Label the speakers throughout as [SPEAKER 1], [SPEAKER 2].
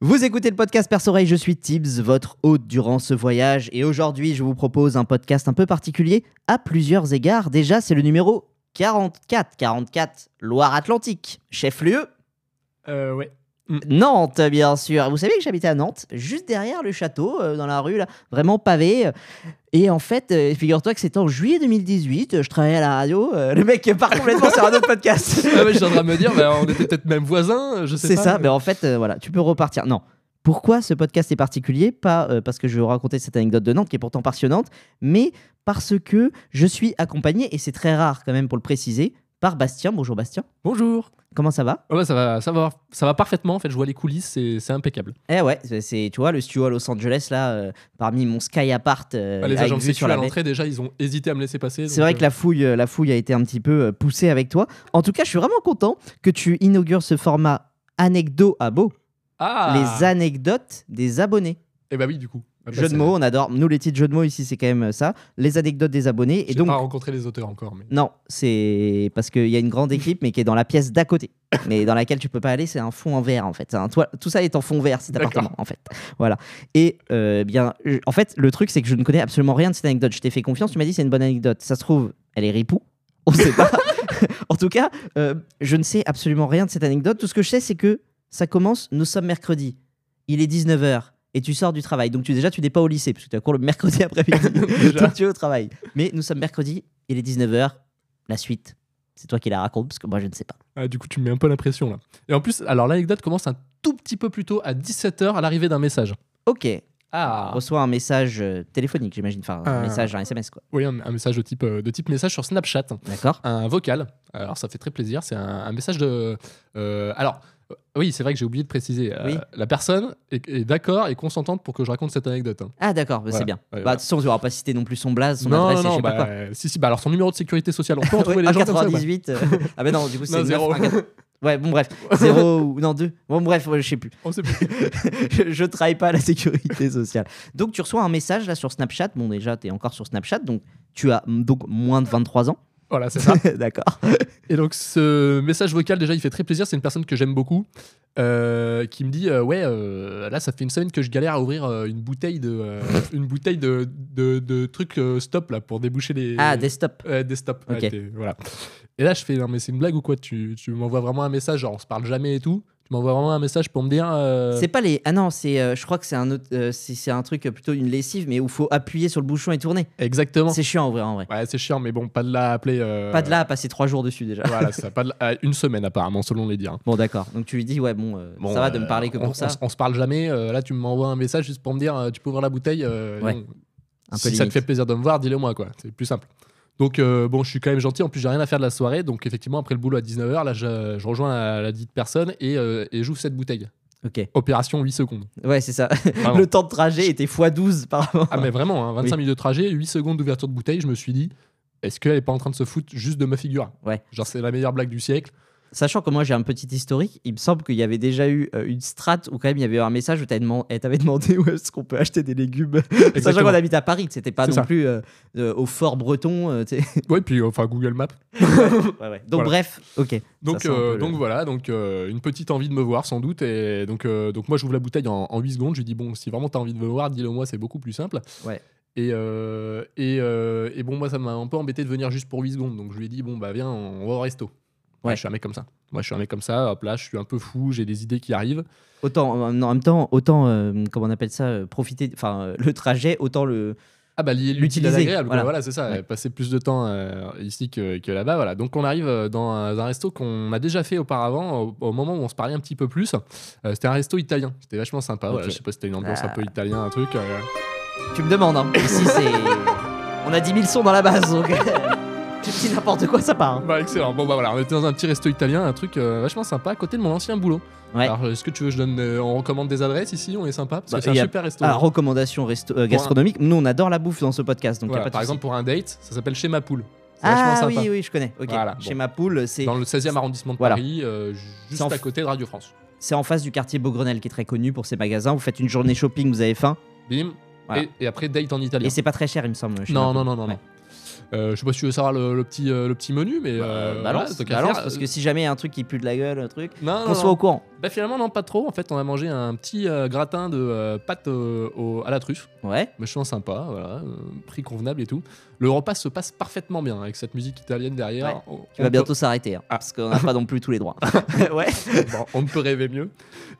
[SPEAKER 1] Vous écoutez le podcast Persoreille, je suis Tibbs, votre hôte durant ce voyage, et aujourd'hui je vous propose un podcast un peu particulier à plusieurs égards. Déjà, c'est le numéro 44, 44, Loire-Atlantique, chef-lieu,
[SPEAKER 2] Euh, ouais.
[SPEAKER 1] Nantes, bien sûr. Vous savez que j'habitais à Nantes, juste derrière le château, euh, dans la rue, là, vraiment pavé. Et en fait, euh, figure-toi que c'était en juillet 2018, euh, je travaillais à la radio, euh, le mec part complètement sur un autre podcast.
[SPEAKER 2] Ah ouais, je suis en train de me dire, bah, on était peut-être même voisins, je sais
[SPEAKER 1] C'est
[SPEAKER 2] pas.
[SPEAKER 1] ça, mais en fait, euh, voilà, tu peux repartir. Non. Pourquoi ce podcast est particulier Pas euh, parce que je vais vous raconter cette anecdote de Nantes qui est pourtant passionnante, mais parce que je suis accompagné, et c'est très rare quand même pour le préciser, par Bastien. Bonjour Bastien,
[SPEAKER 2] Bonjour.
[SPEAKER 1] comment ça va
[SPEAKER 2] Ah ouais, ça va, ça va, ça va parfaitement. En fait, je vois les coulisses, c'est, c'est impeccable.
[SPEAKER 1] Eh ouais, c'est- c'est, tu vois, le studio à Los Angeles, là, euh, parmi mon sky appart. euh,
[SPEAKER 2] Bah, les
[SPEAKER 1] avec
[SPEAKER 2] agents de
[SPEAKER 1] vue
[SPEAKER 2] sécu
[SPEAKER 1] sur
[SPEAKER 2] à
[SPEAKER 1] la baie.
[SPEAKER 2] l'entrée déjà, ils ont hésité à me laisser passer.
[SPEAKER 1] C'est
[SPEAKER 2] donc,
[SPEAKER 1] vrai
[SPEAKER 2] euh,
[SPEAKER 1] que la fouille, euh, la fouille a été un petit peu euh, poussée avec toi. En tout cas, je suis vraiment content que tu inaugures ce format anecdo à beau,
[SPEAKER 2] Ah.
[SPEAKER 1] les anecdotes des abonnés.
[SPEAKER 2] Et bah oui, du coup. Ah bah,
[SPEAKER 1] Jeux de
[SPEAKER 2] c'est-
[SPEAKER 1] mots, on adore. Nous, les titres jeux de mots ici, c'est quand même euh, ça. Les anecdotes des abonnés. Et
[SPEAKER 2] J'ai
[SPEAKER 1] donc,
[SPEAKER 2] pas rencontré les auteurs encore, mais.
[SPEAKER 1] non, c'est parce qu'il y a une grande équipe, mais qui est dans la pièce d'à côté, mais dans laquelle tu peux pas aller. C'est un fond en verre, en fait. C'est un toit- Tout ça est en fond vert, cet
[SPEAKER 2] D'accord.
[SPEAKER 1] appartement, en fait. Voilà. Et euh, bien, je- en fait, le truc, c'est que je ne connais absolument rien de cette anecdote. Je t'ai fait confiance, tu m'as dit c'est une bonne anecdote. Ça se trouve, elle est ripou. On sait pas. en tout cas, euh, je ne sais absolument rien de cette anecdote. Tout ce que je sais, c'est que ça commence, nous sommes mercredi. Il est 19h et tu sors du travail. Donc tu déjà, tu n'es pas au lycée, parce que tu as cours le mercredi après-midi.
[SPEAKER 2] Déjà.
[SPEAKER 1] Donc tu es au travail. Mais nous sommes mercredi, il est 19h. La suite, c'est toi qui la raconte, parce que moi, je ne sais pas.
[SPEAKER 2] Ah, du coup, tu me mets un peu la pression là. Et en plus, alors l'anecdote commence un tout petit peu plus tôt, à 17h, à l'arrivée d'un message.
[SPEAKER 1] Ok,
[SPEAKER 2] Ah.
[SPEAKER 1] reçois un message euh, téléphonique, j'imagine. Enfin, un
[SPEAKER 2] Ah.
[SPEAKER 1] message, un SMS, quoi.
[SPEAKER 2] Oui, un, un message de type, euh, de type message sur Snapchat.
[SPEAKER 1] D'accord
[SPEAKER 2] un vocal. Alors ça fait très plaisir. C'est un, un message de. euh, alors euh, oui, c'est vrai que j'ai oublié de préciser. Euh,
[SPEAKER 1] Oui.
[SPEAKER 2] La personne est, est d'accord et consentante pour que je raconte cette anecdote. hein.
[SPEAKER 1] Ah, d'accord, bah, c'est
[SPEAKER 2] Voilà.
[SPEAKER 1] bien.
[SPEAKER 2] Ouais,
[SPEAKER 1] Bah,
[SPEAKER 2] voilà.
[SPEAKER 1] de toute façon, tu n'auras pas cité non plus son blaze, son
[SPEAKER 2] non,
[SPEAKER 1] adresse,
[SPEAKER 2] non,
[SPEAKER 1] et je
[SPEAKER 2] non,
[SPEAKER 1] sais
[SPEAKER 2] bah,
[SPEAKER 1] pas quoi.
[SPEAKER 2] euh, si, si, bah alors son numéro de sécurité sociale, on peut en trouver
[SPEAKER 1] Ouais,
[SPEAKER 2] les gens comme ça ou pas
[SPEAKER 1] 98. euh, ah, bah non, du coup, c'est
[SPEAKER 2] Non,
[SPEAKER 1] neuf,
[SPEAKER 2] zéro.
[SPEAKER 1] un quatre- Ouais, bon, bref. 0 ou. Non, 2. Bon, bref, ouais, je sais plus.
[SPEAKER 2] On sait plus.
[SPEAKER 1] je, je travaille pas à la sécurité sociale. Donc, tu reçois un message là sur Snapchat. Bon, déjà, tu es encore sur Snapchat, donc tu as mm, donc moins de 23 ans.
[SPEAKER 2] Voilà, c'est ça.
[SPEAKER 1] d'accord.
[SPEAKER 2] Et donc ce message vocal, déjà, il fait très plaisir. C'est une personne que j'aime beaucoup, euh, qui me dit euh, ouais, euh, là, ça fait une semaine que je galère à ouvrir euh, une bouteille de, euh, une bouteille de, de, de trucs euh, stop là pour déboucher les.
[SPEAKER 1] Ah, desktop.
[SPEAKER 2] Ouais, desktop. Ouais,
[SPEAKER 1] Ok.
[SPEAKER 2] t'es- voilà. Et là, je fais, non, mais c'est une blague ou quoi Tu, tu m'envoies vraiment un message, genre on se parle jamais et tout. Tu m'envoies vraiment un message pour me dire. euh,
[SPEAKER 1] C'est pas les. Ah non, c'est. euh, je crois que c'est un autre. euh, c'est c'est un truc euh, plutôt une lessive, mais où faut appuyer sur le bouchon et tourner.
[SPEAKER 2] Exactement.
[SPEAKER 1] C'est chiant en vrai, en vrai.
[SPEAKER 2] Ouais, c'est chiant, mais bon, pas de là à appeler. euh,
[SPEAKER 1] Pas de là à passer trois jours dessus déjà.
[SPEAKER 2] Voilà, c'est ça, pas de là- à une semaine apparemment, selon les dires.
[SPEAKER 1] Bon, d'accord. Donc tu lui dis, ouais, bon, euh,
[SPEAKER 2] Bon,
[SPEAKER 1] ça va de me
[SPEAKER 2] euh,
[SPEAKER 1] parler que
[SPEAKER 2] on-
[SPEAKER 1] pour
[SPEAKER 2] on
[SPEAKER 1] ça.
[SPEAKER 2] s- On, se parle jamais. euh, là, tu m'envoies un message juste pour me dire, euh, tu peux ouvrir la bouteille. euh,
[SPEAKER 1] Ouais,
[SPEAKER 2] non.
[SPEAKER 1] un peu
[SPEAKER 2] si ça te
[SPEAKER 1] limite.
[SPEAKER 2] fait plaisir de me voir, dis-le moi, quoi. C'est plus simple. Donc, euh, bon, je suis quand même gentil. En plus, j'ai rien à faire de la soirée. Donc, effectivement, après le boulot à 19h, là, je, je rejoins la, la dite personne et, euh, et j'ouvre cette bouteille.
[SPEAKER 1] Ok.
[SPEAKER 2] Opération 8 secondes.
[SPEAKER 1] Ouais, c'est ça.
[SPEAKER 2] Vraiment.
[SPEAKER 1] le temps de trajet était x12 par rapport.
[SPEAKER 2] Ah, mais vraiment, hein, 25
[SPEAKER 1] Oui.
[SPEAKER 2] minutes de trajet, 8 secondes d'ouverture de bouteille, je me suis dit, est-ce qu'elle est pas en train de se foutre juste de ma figure
[SPEAKER 1] Ouais.
[SPEAKER 2] Genre, c'est la meilleure blague du siècle.
[SPEAKER 1] Sachant que moi j'ai un petit historique, il me semble qu'il y avait déjà eu euh, une strat où quand même il y avait eu un message où t'avais deman- elle t'avait demandé où est-ce qu'on peut acheter des légumes. Sachant qu'on
[SPEAKER 2] Exactement.
[SPEAKER 1] habite à Paris, que c'était pas
[SPEAKER 2] C'est
[SPEAKER 1] non
[SPEAKER 2] ça.
[SPEAKER 1] plus euh, euh, au fort breton. euh, tu sais.
[SPEAKER 2] Ouais, puis enfin, Google Maps.
[SPEAKER 1] Ouais, ouais. Donc
[SPEAKER 2] Voilà.
[SPEAKER 1] bref, ok.
[SPEAKER 2] Donc,
[SPEAKER 1] sent un peu
[SPEAKER 2] euh,
[SPEAKER 1] le-
[SPEAKER 2] donc voilà, donc euh, une petite envie de me voir sans doute. Et donc, euh, donc moi, j'ouvre la bouteille en, en 8 secondes. Je lui dis, bon, si vraiment t'as envie de me voir, dis-le moi, c'est beaucoup plus simple.
[SPEAKER 1] Ouais.
[SPEAKER 2] Et, euh, et, euh, et bon, moi, ça m'a un peu embêté de venir juste pour 8 secondes. Donc, je lui ai dit, bon, bah, viens, on va au resto.
[SPEAKER 1] Ouais.
[SPEAKER 2] Ouais, je suis un mec comme ça. Moi, je suis un mec comme ça. Hop là, je suis un peu fou, j'ai des idées qui arrivent.
[SPEAKER 1] Autant en en même temps, autant euh, comment on appelle ça, euh, profiter, enfin euh, le trajet, autant le.
[SPEAKER 2] Ah bah li- l'utile
[SPEAKER 1] L'utiliser,
[SPEAKER 2] à l'agréable, quoi.
[SPEAKER 1] voilà.
[SPEAKER 2] voilà, c'est ça,
[SPEAKER 1] Ouais.
[SPEAKER 2] passer plus de temps euh, ici que, que là-bas, voilà. Donc on arrive euh, dans un, un resto qu'on a déjà fait auparavant, au, au moment où on se parlait un petit peu plus. Euh, c'était un resto italien, c'était vachement sympa, voilà.
[SPEAKER 1] Ok.
[SPEAKER 2] je sais pas si c'était une ambiance un
[SPEAKER 1] Ah.
[SPEAKER 2] peu italien, un truc. euh.
[SPEAKER 1] Tu me demandes. Hein. Ici c'est. On a 10 000 sons dans la base, donc tu me dis n'importe quoi, ça part. hein.
[SPEAKER 2] Bah excellent, bon bah voilà, on était dans un petit resto italien, un truc euh, vachement sympa, à côté de mon ancien boulot.
[SPEAKER 1] Ouais.
[SPEAKER 2] Alors est-ce que tu veux que je donne, euh, on recommande des adresses ici, on est sympa, parce
[SPEAKER 1] Bah,
[SPEAKER 2] que c'est un
[SPEAKER 1] y a-
[SPEAKER 2] super resto.
[SPEAKER 1] Ah, recommandation resto- euh, gastronomique. Nous on adore la bouffe dans ce podcast, donc y a
[SPEAKER 2] Voilà,
[SPEAKER 1] pas de
[SPEAKER 2] par
[SPEAKER 1] souci.
[SPEAKER 2] exemple pour un date, ça s'appelle chez ma poule. C'est vachement
[SPEAKER 1] Ah
[SPEAKER 2] sympa.
[SPEAKER 1] oui, oui, je connais. Ok.
[SPEAKER 2] Voilà,
[SPEAKER 1] Chez
[SPEAKER 2] bon.
[SPEAKER 1] ma poule, c'est
[SPEAKER 2] Dans le 16e arrondissement de
[SPEAKER 1] Voilà.
[SPEAKER 2] Paris, euh, juste
[SPEAKER 1] en
[SPEAKER 2] à
[SPEAKER 1] f-
[SPEAKER 2] côté de Radio France.
[SPEAKER 1] c'est en face du quartier Beaugrenelle qui est très connu pour ses magasins. Vous faites une journée shopping, vous avez faim.
[SPEAKER 2] Bim.
[SPEAKER 1] Voilà.
[SPEAKER 2] Et, et après, date en italien.
[SPEAKER 1] Et c'est pas très cher, il me semble. chez Mapo.
[SPEAKER 2] Non, non, non, non,
[SPEAKER 1] Ouais.
[SPEAKER 2] non. Euh, je sais pas si tu veux savoir le, le petit, euh, le petit menu, mais. euh,
[SPEAKER 1] Bah,
[SPEAKER 2] voilà,
[SPEAKER 1] balance,
[SPEAKER 2] tant qu'à
[SPEAKER 1] balance,
[SPEAKER 2] faire,
[SPEAKER 1] parce
[SPEAKER 2] euh,
[SPEAKER 1] que si jamais il y a un truc qui pue de la gueule, un truc,
[SPEAKER 2] non, non,
[SPEAKER 1] qu'on
[SPEAKER 2] non.
[SPEAKER 1] soit au courant.
[SPEAKER 2] Bah, finalement, non, pas trop. En fait, on a mangé un petit euh, gratin de euh, pâte euh, au- à la truffe.
[SPEAKER 1] Ouais.
[SPEAKER 2] Machin sympa, voilà. euh, prix convenable et tout. Le repas se passe parfaitement bien avec cette musique italienne derrière.
[SPEAKER 1] Ouais.
[SPEAKER 2] On-
[SPEAKER 1] Tu vas
[SPEAKER 2] on
[SPEAKER 1] bientôt s'arrêter, hein,
[SPEAKER 2] Ah.
[SPEAKER 1] parce qu'on n'a pas non plus tous les droits. ouais.
[SPEAKER 2] Bon, on ne peut rêver mieux.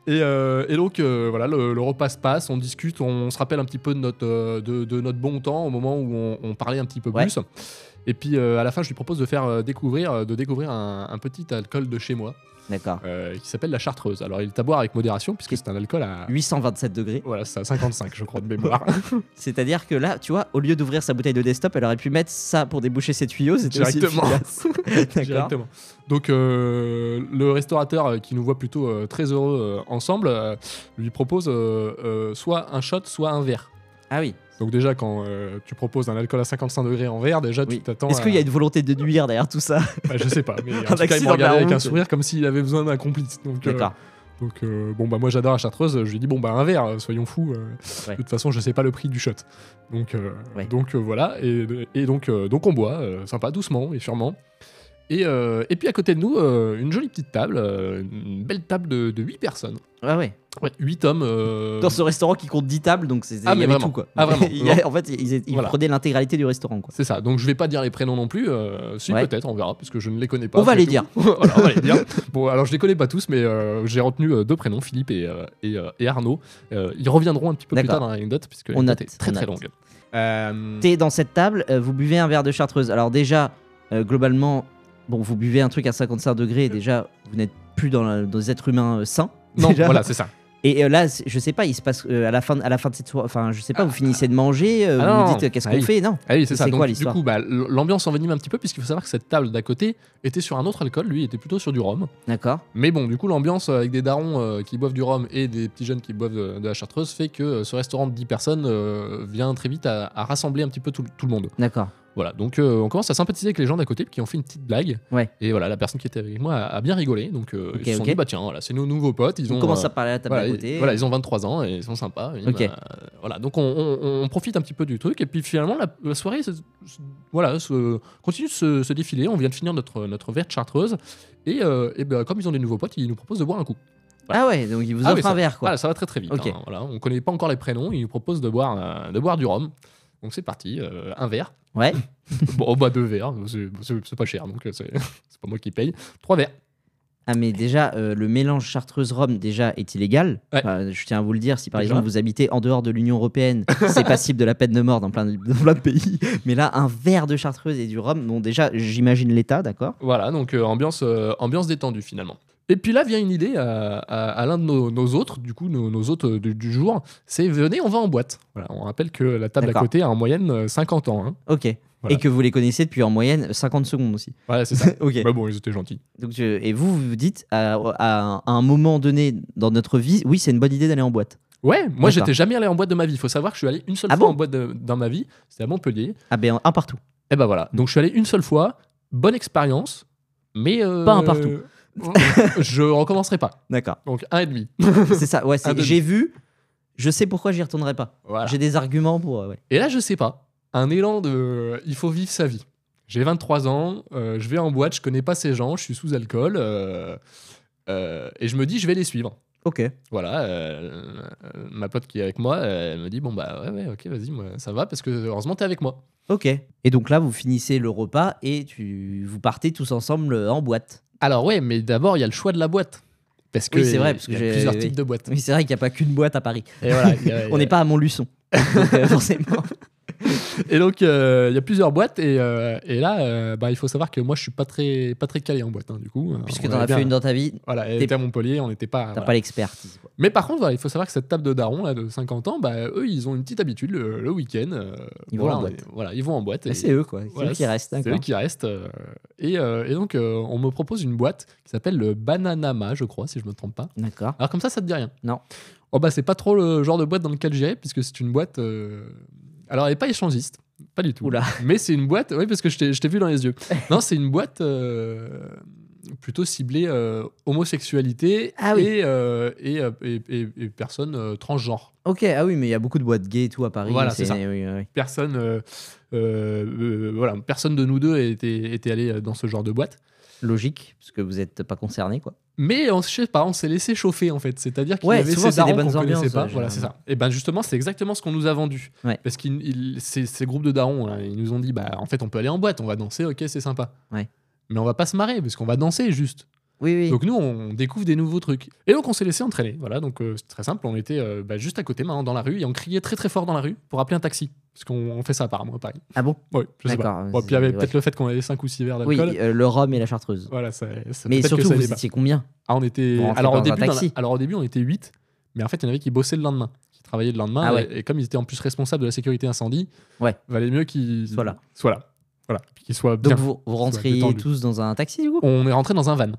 [SPEAKER 2] Et, euh, et donc, euh, voilà, le, le repas se passe, on discute, on se rappelle un petit peu de notre, euh, de, de notre bon temps au moment où on, on parlait un petit peu
[SPEAKER 1] Ouais.
[SPEAKER 2] plus. Et puis, euh, à la fin, je lui propose de faire euh, découvrir, euh, de découvrir un, un petit alcool de chez moi
[SPEAKER 1] D'accord.
[SPEAKER 2] euh, qui s'appelle la chartreuse. Alors, il est à boire avec modération puisque c'est un alcool à.
[SPEAKER 1] 827 degrés.
[SPEAKER 2] Voilà, c'est à 55, je crois, de mémoire.
[SPEAKER 1] C'est-à-dire que là, tu vois, au lieu d'ouvrir sa bouteille de desktop, elle aurait pu mettre ça pour déboucher ses tuyaux. C'était aussi
[SPEAKER 2] Directement.
[SPEAKER 1] efficace. D'accord.
[SPEAKER 2] Directement. Donc euh, le restaurateur euh, qui nous voit plutôt euh, très heureux euh, ensemble euh, lui propose euh, euh, soit un shot, soit un verre.
[SPEAKER 1] Ah oui.
[SPEAKER 2] Donc déjà, quand euh, tu proposes un alcool à 55 degrés en verre, déjà
[SPEAKER 1] Oui.
[SPEAKER 2] tu t'attends.
[SPEAKER 1] Est-ce
[SPEAKER 2] à-
[SPEAKER 1] qu'il y a une volonté de nuire derrière tout ça
[SPEAKER 2] Bah, Je sais pas, mais en
[SPEAKER 1] Un
[SPEAKER 2] tout cas, il
[SPEAKER 1] accident
[SPEAKER 2] me regardait
[SPEAKER 1] de la
[SPEAKER 2] avec un
[SPEAKER 1] route.
[SPEAKER 2] sourire comme s'il avait besoin d'un complice. Donc, euh,
[SPEAKER 1] D'accord.
[SPEAKER 2] donc euh, bon bah moi j'adore la chartreuse. Je lui dis bon bah un verre, euh, soyons fous. euh,
[SPEAKER 1] Ouais.
[SPEAKER 2] De toute façon, je sais pas le prix du shot. Donc euh,
[SPEAKER 1] Ouais.
[SPEAKER 2] donc euh, voilà et, et donc euh, donc on boit, euh, sympa, doucement et sûrement. Et, euh, et puis à côté de nous, euh, une jolie petite table, euh, une belle table de, 8 personnes.
[SPEAKER 1] Ouais, ouais.
[SPEAKER 2] 8 hommes. euh,
[SPEAKER 1] Dans ce restaurant qui compte 10 tables, donc c'est- il
[SPEAKER 2] Ah,
[SPEAKER 1] y
[SPEAKER 2] mais
[SPEAKER 1] avait
[SPEAKER 2] vraiment.
[SPEAKER 1] tout quoi.
[SPEAKER 2] Ah, vraiment.
[SPEAKER 1] Il y a- en fait, ils, ils
[SPEAKER 2] Voilà.
[SPEAKER 1] prenaient l'intégralité du restaurant quoi.
[SPEAKER 2] C'est ça. Donc je vais pas dire les prénoms non plus. euh, si
[SPEAKER 1] Ouais.
[SPEAKER 2] peut-être, on verra, parce que je ne les connais pas.
[SPEAKER 1] On va
[SPEAKER 2] après
[SPEAKER 1] les
[SPEAKER 2] tout.
[SPEAKER 1] dire.
[SPEAKER 2] Voilà, on va les dire. Bon, alors je les connais pas tous, mais euh, j'ai retenu euh, deux prénoms, Philippe et, euh, et, euh, et Arnaud. Euh, ils reviendront un petit peu plus
[SPEAKER 1] D'accord.
[SPEAKER 2] tard dans l'anecdote, puisque
[SPEAKER 1] On
[SPEAKER 2] l'anecdote
[SPEAKER 1] note,
[SPEAKER 2] est très
[SPEAKER 1] on
[SPEAKER 2] très
[SPEAKER 1] note.
[SPEAKER 2] longue. Euh,
[SPEAKER 1] T'es dans cette table, euh, vous buvez un verre de chartreuse. Alors déjà, euh, globalement, bon, vous buvez un truc à 55 degrés. et Déjà, vous n'êtes plus dans, la- dans des êtres humains euh, sains.
[SPEAKER 2] non,
[SPEAKER 1] déjà.
[SPEAKER 2] voilà, c'est ça.
[SPEAKER 1] Et euh, là, c'est- je sais pas, il se passe euh, à la fin, de- à la fin de cette soirée. Enfin, je sais pas, vous finissez de manger, euh,
[SPEAKER 2] Ah
[SPEAKER 1] vous
[SPEAKER 2] non.
[SPEAKER 1] vous dites euh, qu'est-ce
[SPEAKER 2] Ah
[SPEAKER 1] qu'on
[SPEAKER 2] oui.
[SPEAKER 1] fait, non
[SPEAKER 2] Ah oui, c'est ça.
[SPEAKER 1] C'est
[SPEAKER 2] Donc,
[SPEAKER 1] quoi
[SPEAKER 2] du
[SPEAKER 1] l'histoire
[SPEAKER 2] coup, bah, l- l'ambiance envenime un petit peu, puisqu'il faut savoir que cette table d'à côté était sur un autre alcool. Lui était plutôt sur du rhum.
[SPEAKER 1] D'accord.
[SPEAKER 2] Mais bon, du coup, l'ambiance euh, avec des darons euh, qui boivent du rhum et des petits jeunes qui boivent de, de la chartreuse fait que euh, ce restaurant de 10 personnes euh, vient très vite à, à rassembler un petit peu tout, le- tout le monde.
[SPEAKER 1] D'accord.
[SPEAKER 2] Voilà, donc euh, on commence à sympathiser avec les gens d'à côté qui ont fait une petite blague.
[SPEAKER 1] Ouais.
[SPEAKER 2] Et voilà, la personne qui était avec moi a, a bien rigolé. Donc euh,
[SPEAKER 1] Ok,
[SPEAKER 2] ils se sont
[SPEAKER 1] ok.
[SPEAKER 2] dit, bah tiens, voilà, c'est nos nouveaux potes. Ils
[SPEAKER 1] On
[SPEAKER 2] ont,
[SPEAKER 1] commence
[SPEAKER 2] euh,
[SPEAKER 1] à parler à la table
[SPEAKER 2] voilà,
[SPEAKER 1] à
[SPEAKER 2] ils-
[SPEAKER 1] côté.
[SPEAKER 2] voilà, ils ont 23 ans et ils sont sympas. Et,
[SPEAKER 1] Ok.
[SPEAKER 2] bah, voilà, donc on, on- on profite un petit peu du truc. Et puis finalement, la, la soirée se- se- voilà, se- continue de se, se défiler. On vient de finir notre, notre verre de chartreuse. Et, euh, et ben, comme ils ont des nouveaux potes, ils nous proposent de boire un coup.
[SPEAKER 1] Ah ouais, donc ils vous
[SPEAKER 2] Ah
[SPEAKER 1] offrent
[SPEAKER 2] oui,
[SPEAKER 1] un verre quoi.
[SPEAKER 2] Voilà, ça va très très vite.
[SPEAKER 1] Ok.
[SPEAKER 2] hein. Voilà, on connaît pas encore les prénoms. Ils nous proposent de boire, euh, de boire du rhum. Donc c'est parti, euh, un verre.
[SPEAKER 1] Ouais.
[SPEAKER 2] Bon, bah deux verres, c'est- c'est c'est pas cher, donc euh, c'est c'est pas moi qui paye. Trois verres.
[SPEAKER 1] Ah mais déjà, euh, le mélange chartreuse-rhum déjà est illégal.
[SPEAKER 2] Ouais.
[SPEAKER 1] Enfin, je tiens à vous le dire, si par
[SPEAKER 2] Déjà.
[SPEAKER 1] exemple vous habitez en dehors de l'Union Européenne, c'est passible de la peine de mort dans plein de, dans plein de pays. Mais là, un verre de chartreuse et du rhum, bon déjà, j'imagine l'état, d'accord
[SPEAKER 2] Voilà, donc euh, ambiance, euh, ambiance détendue finalement. Et puis là vient une idée à, à- à l'un de nos, nos autres, du coup, nos, nos autres euh, du, du jour, c'est venez, on va en boîte. Voilà, on rappelle que la table à
[SPEAKER 1] D'accord.
[SPEAKER 2] côté a en moyenne euh, 50 ans. hein.
[SPEAKER 1] Ok.
[SPEAKER 2] Voilà.
[SPEAKER 1] Et que vous les connaissez depuis en moyenne 50 secondes aussi.
[SPEAKER 2] Voilà, c'est ça.
[SPEAKER 1] ok.
[SPEAKER 2] Mais bon, ils étaient gentils.
[SPEAKER 1] Donc, je- et vous, vous vous dites à, à un- à un moment donné dans notre vie, oui, c'est une bonne idée d'aller en boîte.
[SPEAKER 2] Ouais, moi
[SPEAKER 1] D'accord.
[SPEAKER 2] j'étais jamais allé en boîte de ma vie. Il faut savoir que je suis allé une seule
[SPEAKER 1] Ah
[SPEAKER 2] fois
[SPEAKER 1] bon
[SPEAKER 2] en boîte de- dans ma vie, c'était à Montpellier.
[SPEAKER 1] Ah ben un partout.
[SPEAKER 2] Et ben voilà, donc je suis allé une seule fois, bonne expérience, mais. euh,
[SPEAKER 1] Pas un partout.
[SPEAKER 2] je recommencerai pas.
[SPEAKER 1] D'accord.
[SPEAKER 2] Donc un et demi.
[SPEAKER 1] c'est ça. Ouais, c'est-
[SPEAKER 2] Un demi. Ah.
[SPEAKER 1] j'ai vu. Je sais pourquoi j'y retournerai pas.
[SPEAKER 2] Voilà.
[SPEAKER 1] J'ai des arguments pour. euh, ouais.
[SPEAKER 2] Et là, je sais pas. Un élan de. euh, Il faut vivre sa vie. J'ai 23 ans, euh, je vais en boîte, je connais pas ces gens, je suis sous alcool. euh, euh, et je me dis, je vais les suivre.
[SPEAKER 1] Ok.
[SPEAKER 2] Voilà, euh, euh, ma pote qui est avec moi, euh, elle me dit, bon bah ouais, ouais, ok, vas-y, moi, ça va, parce que heureusement, t'es avec moi.
[SPEAKER 1] Ok. Et donc là, vous finissez le repas et tu vous partez tous ensemble euh, en boîte.
[SPEAKER 2] Alors ouais, mais d'abord, il y a le choix de la boîte. Parce que
[SPEAKER 1] Oui, c'est vrai, parce
[SPEAKER 2] il y
[SPEAKER 1] que
[SPEAKER 2] a
[SPEAKER 1] j'ai-
[SPEAKER 2] plusieurs
[SPEAKER 1] oui.
[SPEAKER 2] types de boîtes.
[SPEAKER 1] Oui, c'est vrai qu'il n'y a pas qu'une boîte à Paris.
[SPEAKER 2] Et voilà, il y a- il y a-
[SPEAKER 1] On n'est pas à Montluçon. Donc, euh, forcément.
[SPEAKER 2] Et donc, euh, il y a plusieurs boîtes, et, euh, et là, euh, bah, il faut savoir que moi, je suis pas très, pas très calé en boîte, hein, du coup.
[SPEAKER 1] Puisque
[SPEAKER 2] On
[SPEAKER 1] t'en
[SPEAKER 2] avait
[SPEAKER 1] as fait
[SPEAKER 2] bien-
[SPEAKER 1] une dans ta vie,
[SPEAKER 2] Voilà, elle
[SPEAKER 1] T'es-
[SPEAKER 2] était à Montpellier, on n'était pas.
[SPEAKER 1] t'as
[SPEAKER 2] voilà.
[SPEAKER 1] pas l'expertise. quoi.
[SPEAKER 2] Mais par contre, voilà, il faut savoir que cette table de darons là, de 50 ans, bah, eux, ils ont une petite habitude le, le week-end. euh,
[SPEAKER 1] Ils vont
[SPEAKER 2] voilà,
[SPEAKER 1] en
[SPEAKER 2] on
[SPEAKER 1] boîte.
[SPEAKER 2] est- voilà, ils vont en boîte.
[SPEAKER 1] Mais
[SPEAKER 2] et
[SPEAKER 1] Bah, C'est eux, quoi. C'est
[SPEAKER 2] Voilà,
[SPEAKER 1] eux qui restent.
[SPEAKER 2] c'est eux
[SPEAKER 1] d'accord.
[SPEAKER 2] qui restent. euh, et, euh, et donc, euh, on me propose une boîte qui s'appelle le Bananama, je crois, si je me trompe pas.
[SPEAKER 1] D'accord.
[SPEAKER 2] Alors comme ça, ça te dit rien
[SPEAKER 1] Non.
[SPEAKER 2] Oh bah, c'est pas trop le genre de boîte dans lequel j'irais, puisque c'est une boîte. euh, Alors, elle n'est pas échangiste, pas du tout.
[SPEAKER 1] Oula.
[SPEAKER 2] Mais c'est une boîte. Oui, parce que je t'ai je t'ai vu dans les yeux. non, c'est une boîte. euh, plutôt ciblé euh, homosexualité
[SPEAKER 1] Ah oui.
[SPEAKER 2] et, euh, et, euh, et- et- et personnes euh, transgenres.
[SPEAKER 1] Ok, ah oui, mais il y a beaucoup de boîtes gays et tout à Paris.
[SPEAKER 2] Voilà, c'est ça.
[SPEAKER 1] oui, oui, oui.
[SPEAKER 2] Personne, euh, euh, euh, voilà, personne de nous deux était, était allé euh, dans ce genre de boîte.
[SPEAKER 1] Logique, parce que vous n'êtes pas concerné, quoi.
[SPEAKER 2] Mais on, je sais pas, on s'est laissé chauffer en fait. C'est-à-dire qu'il
[SPEAKER 1] Ouais,
[SPEAKER 2] y avait
[SPEAKER 1] souvent,
[SPEAKER 2] ces
[SPEAKER 1] c'est des
[SPEAKER 2] darons
[SPEAKER 1] bonnes
[SPEAKER 2] qu'on connaissait
[SPEAKER 1] ambiances,
[SPEAKER 2] pas.
[SPEAKER 1] ouais,
[SPEAKER 2] voilà, c'est ça. Et ben justement, c'est exactement ce qu'on nous a vendu.
[SPEAKER 1] Ouais.
[SPEAKER 2] Parce que ces, ces groupes de darons, hein, ils nous ont dit, bah en fait, on peut aller en boîte, on va danser, ok, c'est sympa.
[SPEAKER 1] Ouais.
[SPEAKER 2] Mais on va pas se marrer parce qu'on va danser juste.
[SPEAKER 1] Oui, oui.
[SPEAKER 2] Donc nous, on découvre des nouveaux trucs. Et donc on s'est laissé entraîner. Voilà, donc euh, c'est très simple. On était euh, bah, juste à côté, maintenant, dans la rue, et on criait très très fort dans la rue pour appeler un taxi. Parce qu'on on fait ça apparemment à Paris.
[SPEAKER 1] ah bon
[SPEAKER 2] Ouais, je sais pas.
[SPEAKER 1] D'accord.
[SPEAKER 2] Bon, puis il y avait
[SPEAKER 1] Ouais.
[SPEAKER 2] peut-être le fait qu'on avait 5 ou 6 verres
[SPEAKER 1] Oui,
[SPEAKER 2] d'alcool.
[SPEAKER 1] euh, le rhum et la chartreuse.
[SPEAKER 2] Voilà, ça, ça-
[SPEAKER 1] mais
[SPEAKER 2] peut-être que
[SPEAKER 1] surtout,
[SPEAKER 2] ça
[SPEAKER 1] vous
[SPEAKER 2] aidait pas.
[SPEAKER 1] étiez combien
[SPEAKER 2] Ah, on était.
[SPEAKER 1] Pour rentrer
[SPEAKER 2] Alors,
[SPEAKER 1] dans
[SPEAKER 2] au
[SPEAKER 1] un
[SPEAKER 2] début, dans la-
[SPEAKER 1] taxi.
[SPEAKER 2] alors au début, on était 8, mais en fait, il y en avait qui bossaient le lendemain, qui travaillaient le lendemain.
[SPEAKER 1] Ah
[SPEAKER 2] et-
[SPEAKER 1] ouais.
[SPEAKER 2] Et comme ils étaient en plus responsables de la sécurité incendie,
[SPEAKER 1] Ouais.
[SPEAKER 2] valait mieux qu'ils
[SPEAKER 1] Soient là.
[SPEAKER 2] Soient là. Voilà. Puis qu'ils soient bien.
[SPEAKER 1] Donc vous, vous rentriez
[SPEAKER 2] détendu.
[SPEAKER 1] tous dans un taxi, du coup
[SPEAKER 2] On est rentré dans un van.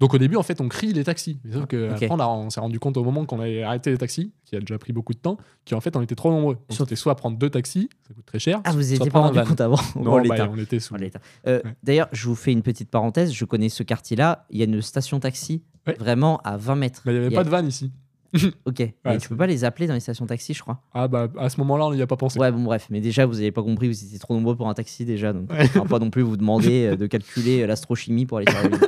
[SPEAKER 2] Donc au début, en fait, on crie les taxis. Mais sauf que
[SPEAKER 1] Ah, Ok.
[SPEAKER 2] après, on, a- on s'est rendu compte au moment qu'on avait arrêté les taxis, qui a déjà pris beaucoup de temps, qu'en fait, on était trop nombreux. Donc
[SPEAKER 1] Surtout-
[SPEAKER 2] c'était soit prendre deux taxis, ça coûte très cher.
[SPEAKER 1] Ah, vous
[SPEAKER 2] soit
[SPEAKER 1] n'étiez pas
[SPEAKER 2] prendre un
[SPEAKER 1] rendu
[SPEAKER 2] van.
[SPEAKER 1] compte avant
[SPEAKER 2] Non,
[SPEAKER 1] Oh,
[SPEAKER 2] bah,
[SPEAKER 1] l'état.
[SPEAKER 2] on était sous.
[SPEAKER 1] Oh, l'état. Euh,
[SPEAKER 2] Ouais.
[SPEAKER 1] D'ailleurs, je vous fais une petite parenthèse. Je connais ce quartier-là. Il y a une station taxi
[SPEAKER 2] Ouais.
[SPEAKER 1] vraiment à 20 mètres.
[SPEAKER 2] Mais Bah, il n'y avait
[SPEAKER 1] Il y
[SPEAKER 2] pas
[SPEAKER 1] a-
[SPEAKER 2] de van ici.
[SPEAKER 1] Ok. mais tu
[SPEAKER 2] c'est-
[SPEAKER 1] peux pas les appeler dans les stations taxi, je crois.
[SPEAKER 2] Ah bah à ce moment-là, on n'y a pas pensé.
[SPEAKER 1] Ouais, bon, bref. Mais déjà, vous n'avez pas compris. Vous étiez trop nombreux pour un taxi déjà. Donc,
[SPEAKER 2] Ouais.
[SPEAKER 1] on va pas non plus vous demander euh, de calculer euh, l'astrochimie pour aller faire le-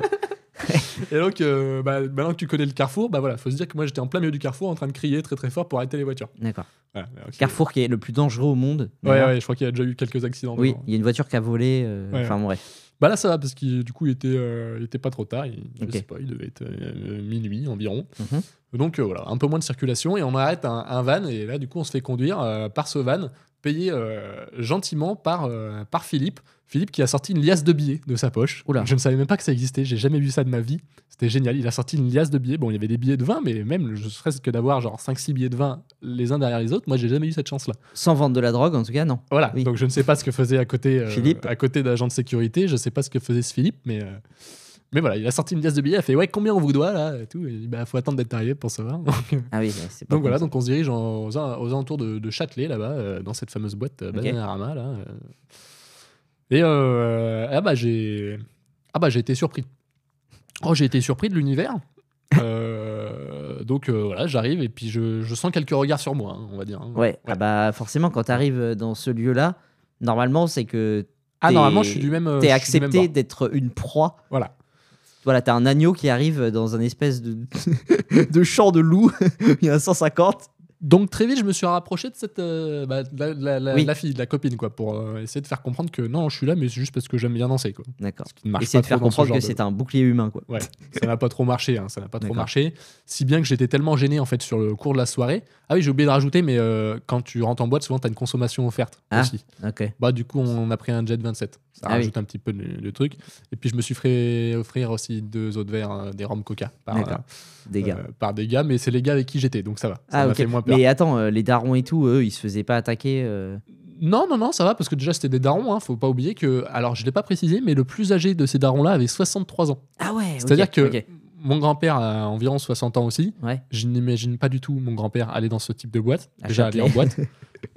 [SPEAKER 2] Et donc, euh, bah, maintenant que tu connais le carrefour, bah voilà, faut se dire que moi j'étais en plein milieu du carrefour en train de crier très très fort pour arrêter les voitures.
[SPEAKER 1] D'accord.
[SPEAKER 2] Voilà, mais ok.
[SPEAKER 1] Carrefour qui est le plus dangereux au monde.
[SPEAKER 2] Ouais,
[SPEAKER 1] d'ailleurs.
[SPEAKER 2] ouais, je crois qu'il y a déjà eu quelques accidents.
[SPEAKER 1] Oui,
[SPEAKER 2] dedans.
[SPEAKER 1] il y a une voiture qui a volé. euh,
[SPEAKER 2] Ouais.
[SPEAKER 1] Enfin, bon, bref.
[SPEAKER 2] Bah là ça va parce qu'il du coup il était, euh, il était pas trop tard. Il, je
[SPEAKER 1] Ok.
[SPEAKER 2] sais pas, il devait être euh, minuit environ.
[SPEAKER 1] Mhm.
[SPEAKER 2] Donc euh, voilà, un peu moins de circulation et on arrête un, un van et là du coup on se fait conduire euh, par ce van payé euh, gentiment par, euh, par Philippe. Philippe qui a sorti une liasse de billets de sa poche.
[SPEAKER 1] Oula.
[SPEAKER 2] Je ne savais même pas que ça existait, j'ai jamais vu ça de ma vie. C'était génial, il a sorti une liasse de billets. Bon, il y avait des billets de 20, mais même je serait-ce que d'avoir genre 5-6 billets de 20 les uns derrière les autres, moi j'ai jamais eu cette chance-là.
[SPEAKER 1] Sans vendre de la drogue, en tout cas, non.
[SPEAKER 2] Voilà,
[SPEAKER 1] Oui.
[SPEAKER 2] donc je ne sais pas ce que faisait à côté, euh,
[SPEAKER 1] Philippe.
[SPEAKER 2] à côté d'agent de sécurité, je ne sais pas ce que faisait ce Philippe, mais, euh, mais voilà, il a sorti une liasse de billets, il a fait ouais, combien on vous doit là et tout, il bah, faut attendre d'être arrivé pour savoir.
[SPEAKER 1] Ah oui, ouais, c'est pas
[SPEAKER 2] Donc voilà,
[SPEAKER 1] con,
[SPEAKER 2] donc on se dirige en- aux, aux alentours de, de Châtelet, là-bas, euh, dans cette fameuse boîte euh,
[SPEAKER 1] Ok.
[SPEAKER 2] Bananarama, là. euh. Et euh, ah bah j'ai ah bah j'ai été surpris. Oh j'ai été surpris de l'univers. Euh, donc euh, voilà, j'arrive et puis je, je sens quelques regards sur moi, hein, on va dire. hein.
[SPEAKER 1] ça. Ouais, Ah bah forcément, quand t'arrives euh, dans ce lieu-là, normalement, c'est que
[SPEAKER 2] Ah
[SPEAKER 1] t'es-
[SPEAKER 2] normalement je suis du même. euh,
[SPEAKER 1] t'es
[SPEAKER 2] je suis du même
[SPEAKER 1] accepté
[SPEAKER 2] bord.
[SPEAKER 1] d'être une proie.
[SPEAKER 2] Voilà.
[SPEAKER 1] Voilà, t'as un agneau qui arrive dans un espèce de, de champ de loup, il y en a 150.
[SPEAKER 2] Donc très vite je me suis rapproché de cette euh, bah, de la, de la- la-
[SPEAKER 1] Oui.
[SPEAKER 2] la fille, de la copine quoi, pour euh, essayer de faire comprendre que non je suis là mais c'est juste parce que j'aime bien danser quoi.
[SPEAKER 1] D'accord.
[SPEAKER 2] Ce qui ne marche
[SPEAKER 1] Essayer
[SPEAKER 2] pas
[SPEAKER 1] de faire
[SPEAKER 2] trop dans ce
[SPEAKER 1] comprendre que
[SPEAKER 2] genre de-
[SPEAKER 1] c'est un bouclier humain, quoi.
[SPEAKER 2] Ouais, ça n'a pas trop marché, hein, ça n'a pas trop
[SPEAKER 1] D'accord.
[SPEAKER 2] marché. Si bien que j'étais tellement gêné en fait sur le cours de la soirée. Ah oui, j'ai oublié de rajouter, mais euh, quand tu rentres en boîte, souvent tu as une consommation offerte
[SPEAKER 1] Ah.
[SPEAKER 2] aussi.
[SPEAKER 1] Ok.
[SPEAKER 2] Bah du coup, on a pris un jet 27. Ça
[SPEAKER 1] Ah oui.
[SPEAKER 2] rajoute un petit peu de, de truc. Et puis je me suis fait offrir aussi deux autres verres, euh, des rhum coca par,
[SPEAKER 1] D'accord. Des
[SPEAKER 2] euh,
[SPEAKER 1] gars.
[SPEAKER 2] par des gars, mais c'est les gars avec qui j'étais, donc ça va. Ça
[SPEAKER 1] ah
[SPEAKER 2] m'a
[SPEAKER 1] ok.
[SPEAKER 2] fait moins peur.
[SPEAKER 1] Mais attends, euh, les darons et tout, eux, ils se faisaient pas attaquer. euh,
[SPEAKER 2] Non, non, non, ça va parce que déjà c'était des darons. Hein, faut pas oublier que, alors je l'ai pas précisé, mais le plus âgé de ces darons-là avait 63 ans.
[SPEAKER 1] Ah ouais. ok,
[SPEAKER 2] C'est-à-dire que
[SPEAKER 1] ok.
[SPEAKER 2] mon grand-père a environ 60 ans aussi.
[SPEAKER 1] Ouais.
[SPEAKER 2] Je n'imagine pas du tout mon grand-père aller dans ce type de boîte.
[SPEAKER 1] À
[SPEAKER 2] déjà aller
[SPEAKER 1] Châtelet.
[SPEAKER 2] en boîte.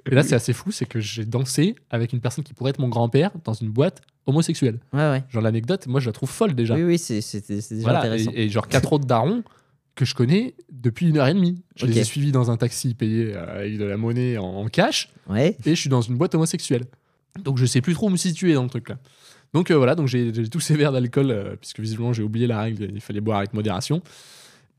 [SPEAKER 2] Et là, c'est assez fou, c'est que j'ai dansé avec une personne qui pourrait être mon grand-père dans une boîte homosexuelle.
[SPEAKER 1] Ouais ouais.
[SPEAKER 2] Genre l'anecdote, moi je la trouve folle déjà.
[SPEAKER 1] Oui oui, c'est c'est- c'est- c'est déjà
[SPEAKER 2] Voilà,
[SPEAKER 1] intéressant.
[SPEAKER 2] et, et genre quatre autres darons que je connais depuis une heure et demie. Je
[SPEAKER 1] Ok.
[SPEAKER 2] les ai suivis dans un taxi payé euh, avec de la monnaie en, en cash
[SPEAKER 1] Ouais.
[SPEAKER 2] et je suis dans une boîte homosexuelle. Donc je sais plus trop où me situer dans le truc là. Donc euh, voilà, donc j'ai j'ai tous ces verres d'alcool euh, puisque visiblement j'ai oublié la règle, il fallait boire avec modération.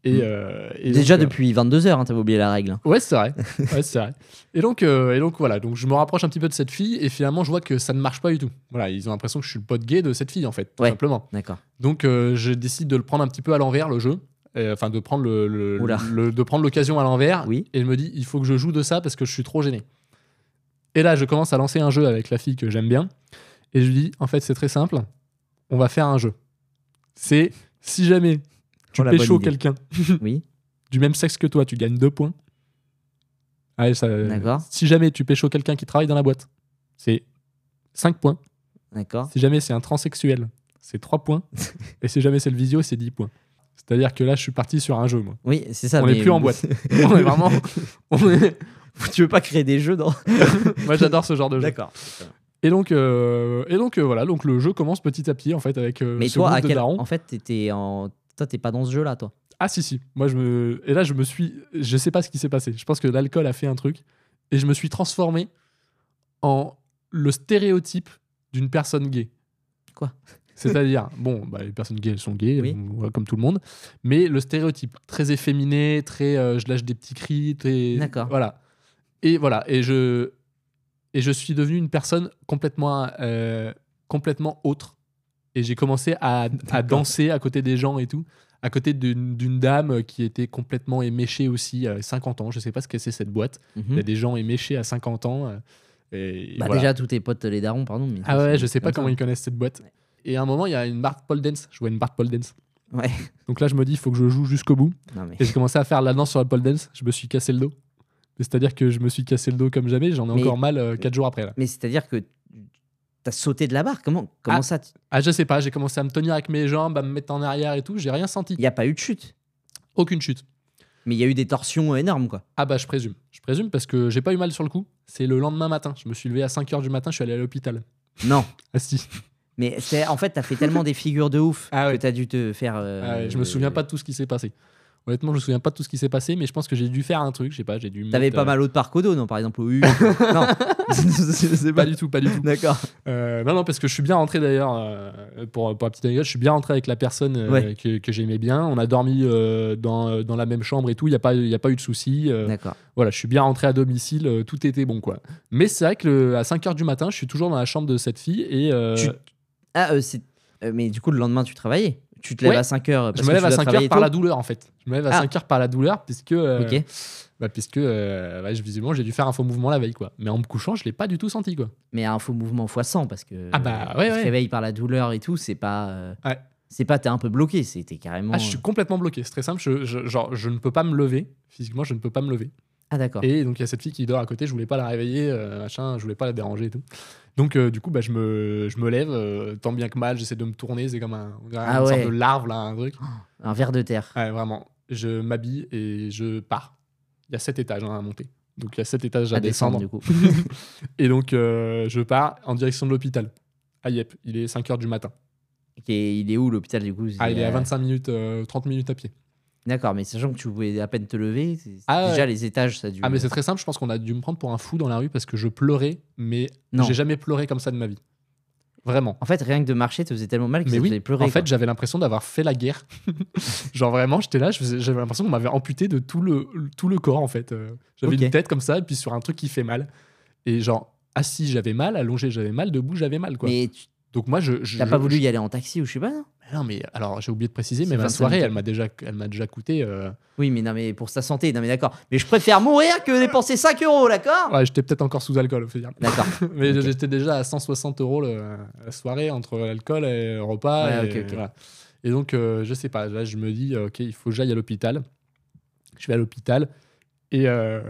[SPEAKER 2] Et,
[SPEAKER 1] Mm.
[SPEAKER 2] euh, et
[SPEAKER 1] Déjà
[SPEAKER 2] donc, euh,
[SPEAKER 1] depuis 22 heures, hein, t'avais oublié la règle. hein.
[SPEAKER 2] Ouais, c'est vrai. Ouais, c'est vrai. Et donc, euh, et donc voilà, donc je me rapproche un petit peu de cette fille et finalement je vois que ça ne marche pas du tout. Voilà, ils ont l'impression que je suis le pote gay de cette fille en fait, tout
[SPEAKER 1] Ouais.
[SPEAKER 2] simplement.
[SPEAKER 1] D'accord.
[SPEAKER 2] Donc euh, je décide de le prendre un petit peu à l'envers le jeu, Euh, enfin de prendre le, le-
[SPEAKER 1] Oula.
[SPEAKER 2] le- de prendre l'occasion à l'envers.
[SPEAKER 1] Oui.
[SPEAKER 2] Et je me dis, il faut que je joue de ça parce que je suis trop gêné. Et là, je commence à lancer un jeu avec la fille que j'aime bien et je lui dis, en fait, c'est très simple, on va faire un jeu. C'est si jamais tu
[SPEAKER 1] Oh, la bonne
[SPEAKER 2] pécho
[SPEAKER 1] idée.
[SPEAKER 2] quelqu'un
[SPEAKER 1] Oui.
[SPEAKER 2] du même sexe que toi, tu gagnes deux points. Ouais, ça-
[SPEAKER 1] D'accord.
[SPEAKER 2] Si jamais tu pécho quelqu'un qui travaille dans la boîte, c'est 5 points.
[SPEAKER 1] D'accord.
[SPEAKER 2] Si jamais c'est un transsexuel, c'est 3 points. Et si jamais c'est le visio, c'est 10 points. C'est-à-dire que là, je suis parti sur un jeu, moi.
[SPEAKER 1] Oui, c'est ça.
[SPEAKER 2] On est
[SPEAKER 1] mais-
[SPEAKER 2] plus en boîte. On est vraiment. on est-
[SPEAKER 1] tu veux pas créer des jeux dans.
[SPEAKER 2] Moi, j'adore ce genre de jeu.
[SPEAKER 1] D'accord.
[SPEAKER 2] Et donc, euh, et donc euh, voilà, donc le jeu commence petit à petit en fait avec euh,
[SPEAKER 1] Mais
[SPEAKER 2] ce
[SPEAKER 1] toi,
[SPEAKER 2] groupe
[SPEAKER 1] à
[SPEAKER 2] de
[SPEAKER 1] quel...
[SPEAKER 2] darons.
[SPEAKER 1] en fait, t'étais en... toi, t'es pas dans ce jeu-là, toi.
[SPEAKER 2] Ah si si, moi je me et là je me suis je sais pas ce qui s'est passé. Je pense que l'alcool a fait un truc et je me suis transformé en le stéréotype d'une personne gay.
[SPEAKER 1] Quoi
[SPEAKER 2] C'est-à-dire bon, bah, les personnes gays elles sont gays
[SPEAKER 1] Oui.
[SPEAKER 2] euh, voilà, comme tout le monde, mais le stéréotype très efféminé, très euh, je lâche des petits cris, très
[SPEAKER 1] D'accord.
[SPEAKER 2] voilà. Et voilà, et je et je suis devenu une personne complètement euh, complètement autre et j'ai commencé à, à danser à côté des gens et tout à côté d'une d'une dame qui était complètement éméchée aussi à 50 ans. Je sais pas ce que c'est cette boîte. Il y a des gens éméchés à 50 ans. euh,
[SPEAKER 1] Mhm. Hmm. Bah,
[SPEAKER 2] Et Mhm. voilà.
[SPEAKER 1] déjà, tous tes potes, les darons, pardon. mais
[SPEAKER 2] ah
[SPEAKER 1] ça,
[SPEAKER 2] ouais,
[SPEAKER 1] c'est
[SPEAKER 2] je sais pas
[SPEAKER 1] comme
[SPEAKER 2] comment ils connaissent cette boîte.
[SPEAKER 1] Ouais.
[SPEAKER 2] Et à un moment, il y a une barre pole dance. Je vois une barre pole dance.
[SPEAKER 1] ça. Ouais.
[SPEAKER 2] Donc là, je me dis, il faut que je joue jusqu'au bout.
[SPEAKER 1] Non, mais...
[SPEAKER 2] Et j'ai commencé à faire la danse sur la pole dance. Je me suis cassé le dos. C'est-à-dire que je me suis cassé le dos comme jamais. J'en ai
[SPEAKER 1] Mais-
[SPEAKER 2] encore mal 4 jours après. Là.
[SPEAKER 1] mais c'est-à-dire que t'as sauté de la barre. Comment, comment
[SPEAKER 2] Ah.
[SPEAKER 1] ça tu-
[SPEAKER 2] Ah, je sais pas. J'ai commencé à me tenir avec mes jambes, à me mettre en arrière et tout. J'ai rien senti.
[SPEAKER 1] Il n'y a pas eu de chute.
[SPEAKER 2] Aucune chute.
[SPEAKER 1] Mais il y a eu des torsions énormes, quoi.
[SPEAKER 2] Ah bah je présume. Je présume parce que j'ai pas eu mal sur le coup. C'est le lendemain matin. Je me suis levé à 5h du matin, je suis allé à l'hôpital.
[SPEAKER 1] Non.
[SPEAKER 2] Ah si.
[SPEAKER 1] Mais c'est- en fait, t'as fait tellement des figures de ouf
[SPEAKER 2] Ah ouais.
[SPEAKER 1] que t'as dû te faire. euh,
[SPEAKER 2] Ah ouais, je me souviens pas de tout ce qui s'est passé. Honnêtement, je me souviens pas de tout ce qui s'est passé, mais je pense que j'ai dû faire un truc, je sais pas, j'ai dû. me
[SPEAKER 1] T'avais
[SPEAKER 2] mettre,
[SPEAKER 1] pas
[SPEAKER 2] euh,
[SPEAKER 1] mal au de Parcodo, non Par exemple, au U. non. c'est
[SPEAKER 2] Pas du tout, pas du tout.
[SPEAKER 1] D'accord.
[SPEAKER 2] Euh, non, non, parce que je suis bien rentré d'ailleurs, euh, pour, pour la petite anecdote, je suis bien rentré avec la personne euh,
[SPEAKER 1] Ouais.
[SPEAKER 2] que, que j'aimais bien. On a dormi euh, dans, euh, dans la même chambre et tout, il n'y a, pas- y a pas eu de soucis. euh,
[SPEAKER 1] D'accord.
[SPEAKER 2] voilà, je suis bien rentré à domicile, euh, tout était bon quoi. Mais c'est vrai que le- à 5h du matin, je suis toujours dans la chambre de cette fille et. euh,
[SPEAKER 1] Tu- Ah, euh, c'est- euh, mais du coup, le lendemain, tu travaillais. Tu te lèves
[SPEAKER 2] Ouais.
[SPEAKER 1] à 5 heures. Parce
[SPEAKER 2] Je me
[SPEAKER 1] que
[SPEAKER 2] lève
[SPEAKER 1] tu
[SPEAKER 2] à
[SPEAKER 1] dois
[SPEAKER 2] 5 heures
[SPEAKER 1] travailler
[SPEAKER 2] par
[SPEAKER 1] tôt.
[SPEAKER 2] la douleur en fait. Je me lève à
[SPEAKER 1] Ah.
[SPEAKER 2] 5 heures par la douleur puisque, euh,
[SPEAKER 1] Ok.
[SPEAKER 2] bah, puisque euh, ouais, je- visiblement j'ai dû faire un faux mouvement la veille quoi. Mais en me couchant, je l'ai pas du tout senti quoi.
[SPEAKER 1] Mais un faux mouvement fois 100 parce que. euh,
[SPEAKER 2] Ah bah, ouais,
[SPEAKER 1] tu te
[SPEAKER 2] ouais.
[SPEAKER 1] réveilles par la douleur et tout, c'est pas. euh,
[SPEAKER 2] Ouais.
[SPEAKER 1] C'est pas, t'es un peu bloqué, c'est- t'es carrément.
[SPEAKER 2] Ah, je suis
[SPEAKER 1] euh,
[SPEAKER 2] complètement bloqué. C'est très simple. Je, je- genre, je ne peux pas me lever. Physiquement, je ne peux pas me lever.
[SPEAKER 1] Ah, d'accord.
[SPEAKER 2] Et donc il y a cette fille qui dort à côté. Je voulais pas la réveiller, euh, machin. Je voulais pas la déranger et tout. Donc euh, du coup, bah, je me, je me lève euh, tant bien que mal. J'essaie de me tourner. C'est comme un, on dirait
[SPEAKER 1] Ah
[SPEAKER 2] une sorte
[SPEAKER 1] ouais.
[SPEAKER 2] de larve là, un truc.
[SPEAKER 1] Un verre de terre.
[SPEAKER 2] Ouais, vraiment. Je m'habille et je pars. Il y a 7 étages hein, à monter. Donc il y a 7 étages à,
[SPEAKER 1] à
[SPEAKER 2] descendre.
[SPEAKER 1] descendre, du coup.
[SPEAKER 2] Et donc, euh, je pars en direction de l'hôpital. Ah, yep, il est 5 h du matin.
[SPEAKER 1] Ok, il est où l'hôpital du coup
[SPEAKER 2] Ah, il est à
[SPEAKER 1] euh,
[SPEAKER 2] 25 minutes, euh, 30 minutes à pied.
[SPEAKER 1] D'accord, mais sachant que tu pouvais à peine te lever, c'est-
[SPEAKER 2] Ah,
[SPEAKER 1] déjà les étages, ça a dû. euh,
[SPEAKER 2] Ah, mais c'est très simple, je pense qu'on a dû me prendre pour un fou dans la rue parce que je pleurais, mais
[SPEAKER 1] Non.
[SPEAKER 2] j'ai jamais pleuré comme ça de ma vie. Vraiment.
[SPEAKER 1] En fait, rien que de marcher, te faisait tellement mal que
[SPEAKER 2] Mais
[SPEAKER 1] ça te
[SPEAKER 2] oui,
[SPEAKER 1] faisait pleurer.
[SPEAKER 2] en fait,
[SPEAKER 1] quoi.
[SPEAKER 2] j'avais l'impression d'avoir fait la guerre. Genre vraiment, j'étais là, je faisais- j'avais l'impression qu'on m'avait amputé de tout le, tout le corps, en fait. Euh, J'avais
[SPEAKER 1] Ok.
[SPEAKER 2] une tête comme ça, et puis sur un truc qui fait mal. Et genre, assis, j'avais mal, allongé, j'avais mal, debout, j'avais mal, quoi.
[SPEAKER 1] Mais tu-
[SPEAKER 2] Donc moi, je... je-
[SPEAKER 1] t'as pas
[SPEAKER 2] je-
[SPEAKER 1] voulu y aller en taxi ou je sais pas, non
[SPEAKER 2] Non, mais alors j'ai oublié de préciser,
[SPEAKER 1] C'est
[SPEAKER 2] mais ma
[SPEAKER 1] 25
[SPEAKER 2] soirée,
[SPEAKER 1] minutes.
[SPEAKER 2] elle m'a déjà, elle m'a déjà coûté. euh,
[SPEAKER 1] Oui, mais non, mais pour sa santé, non, mais d'accord. Mais je préfère mourir que dépenser 5 euros, d'accord
[SPEAKER 2] Ouais, j'étais peut-être encore sous alcool, faut dire.
[SPEAKER 1] D'accord.
[SPEAKER 2] Mais
[SPEAKER 1] Ok.
[SPEAKER 2] j'étais déjà à 160 euros le- la soirée entre l'alcool et le repas.
[SPEAKER 1] Ouais,
[SPEAKER 2] et,
[SPEAKER 1] ok, ok.
[SPEAKER 2] voilà. Et donc, euh, je sais pas. Là, je me dis, euh, ok, il faut que j'aille à l'hôpital. Je vais à l'hôpital. Et, euh,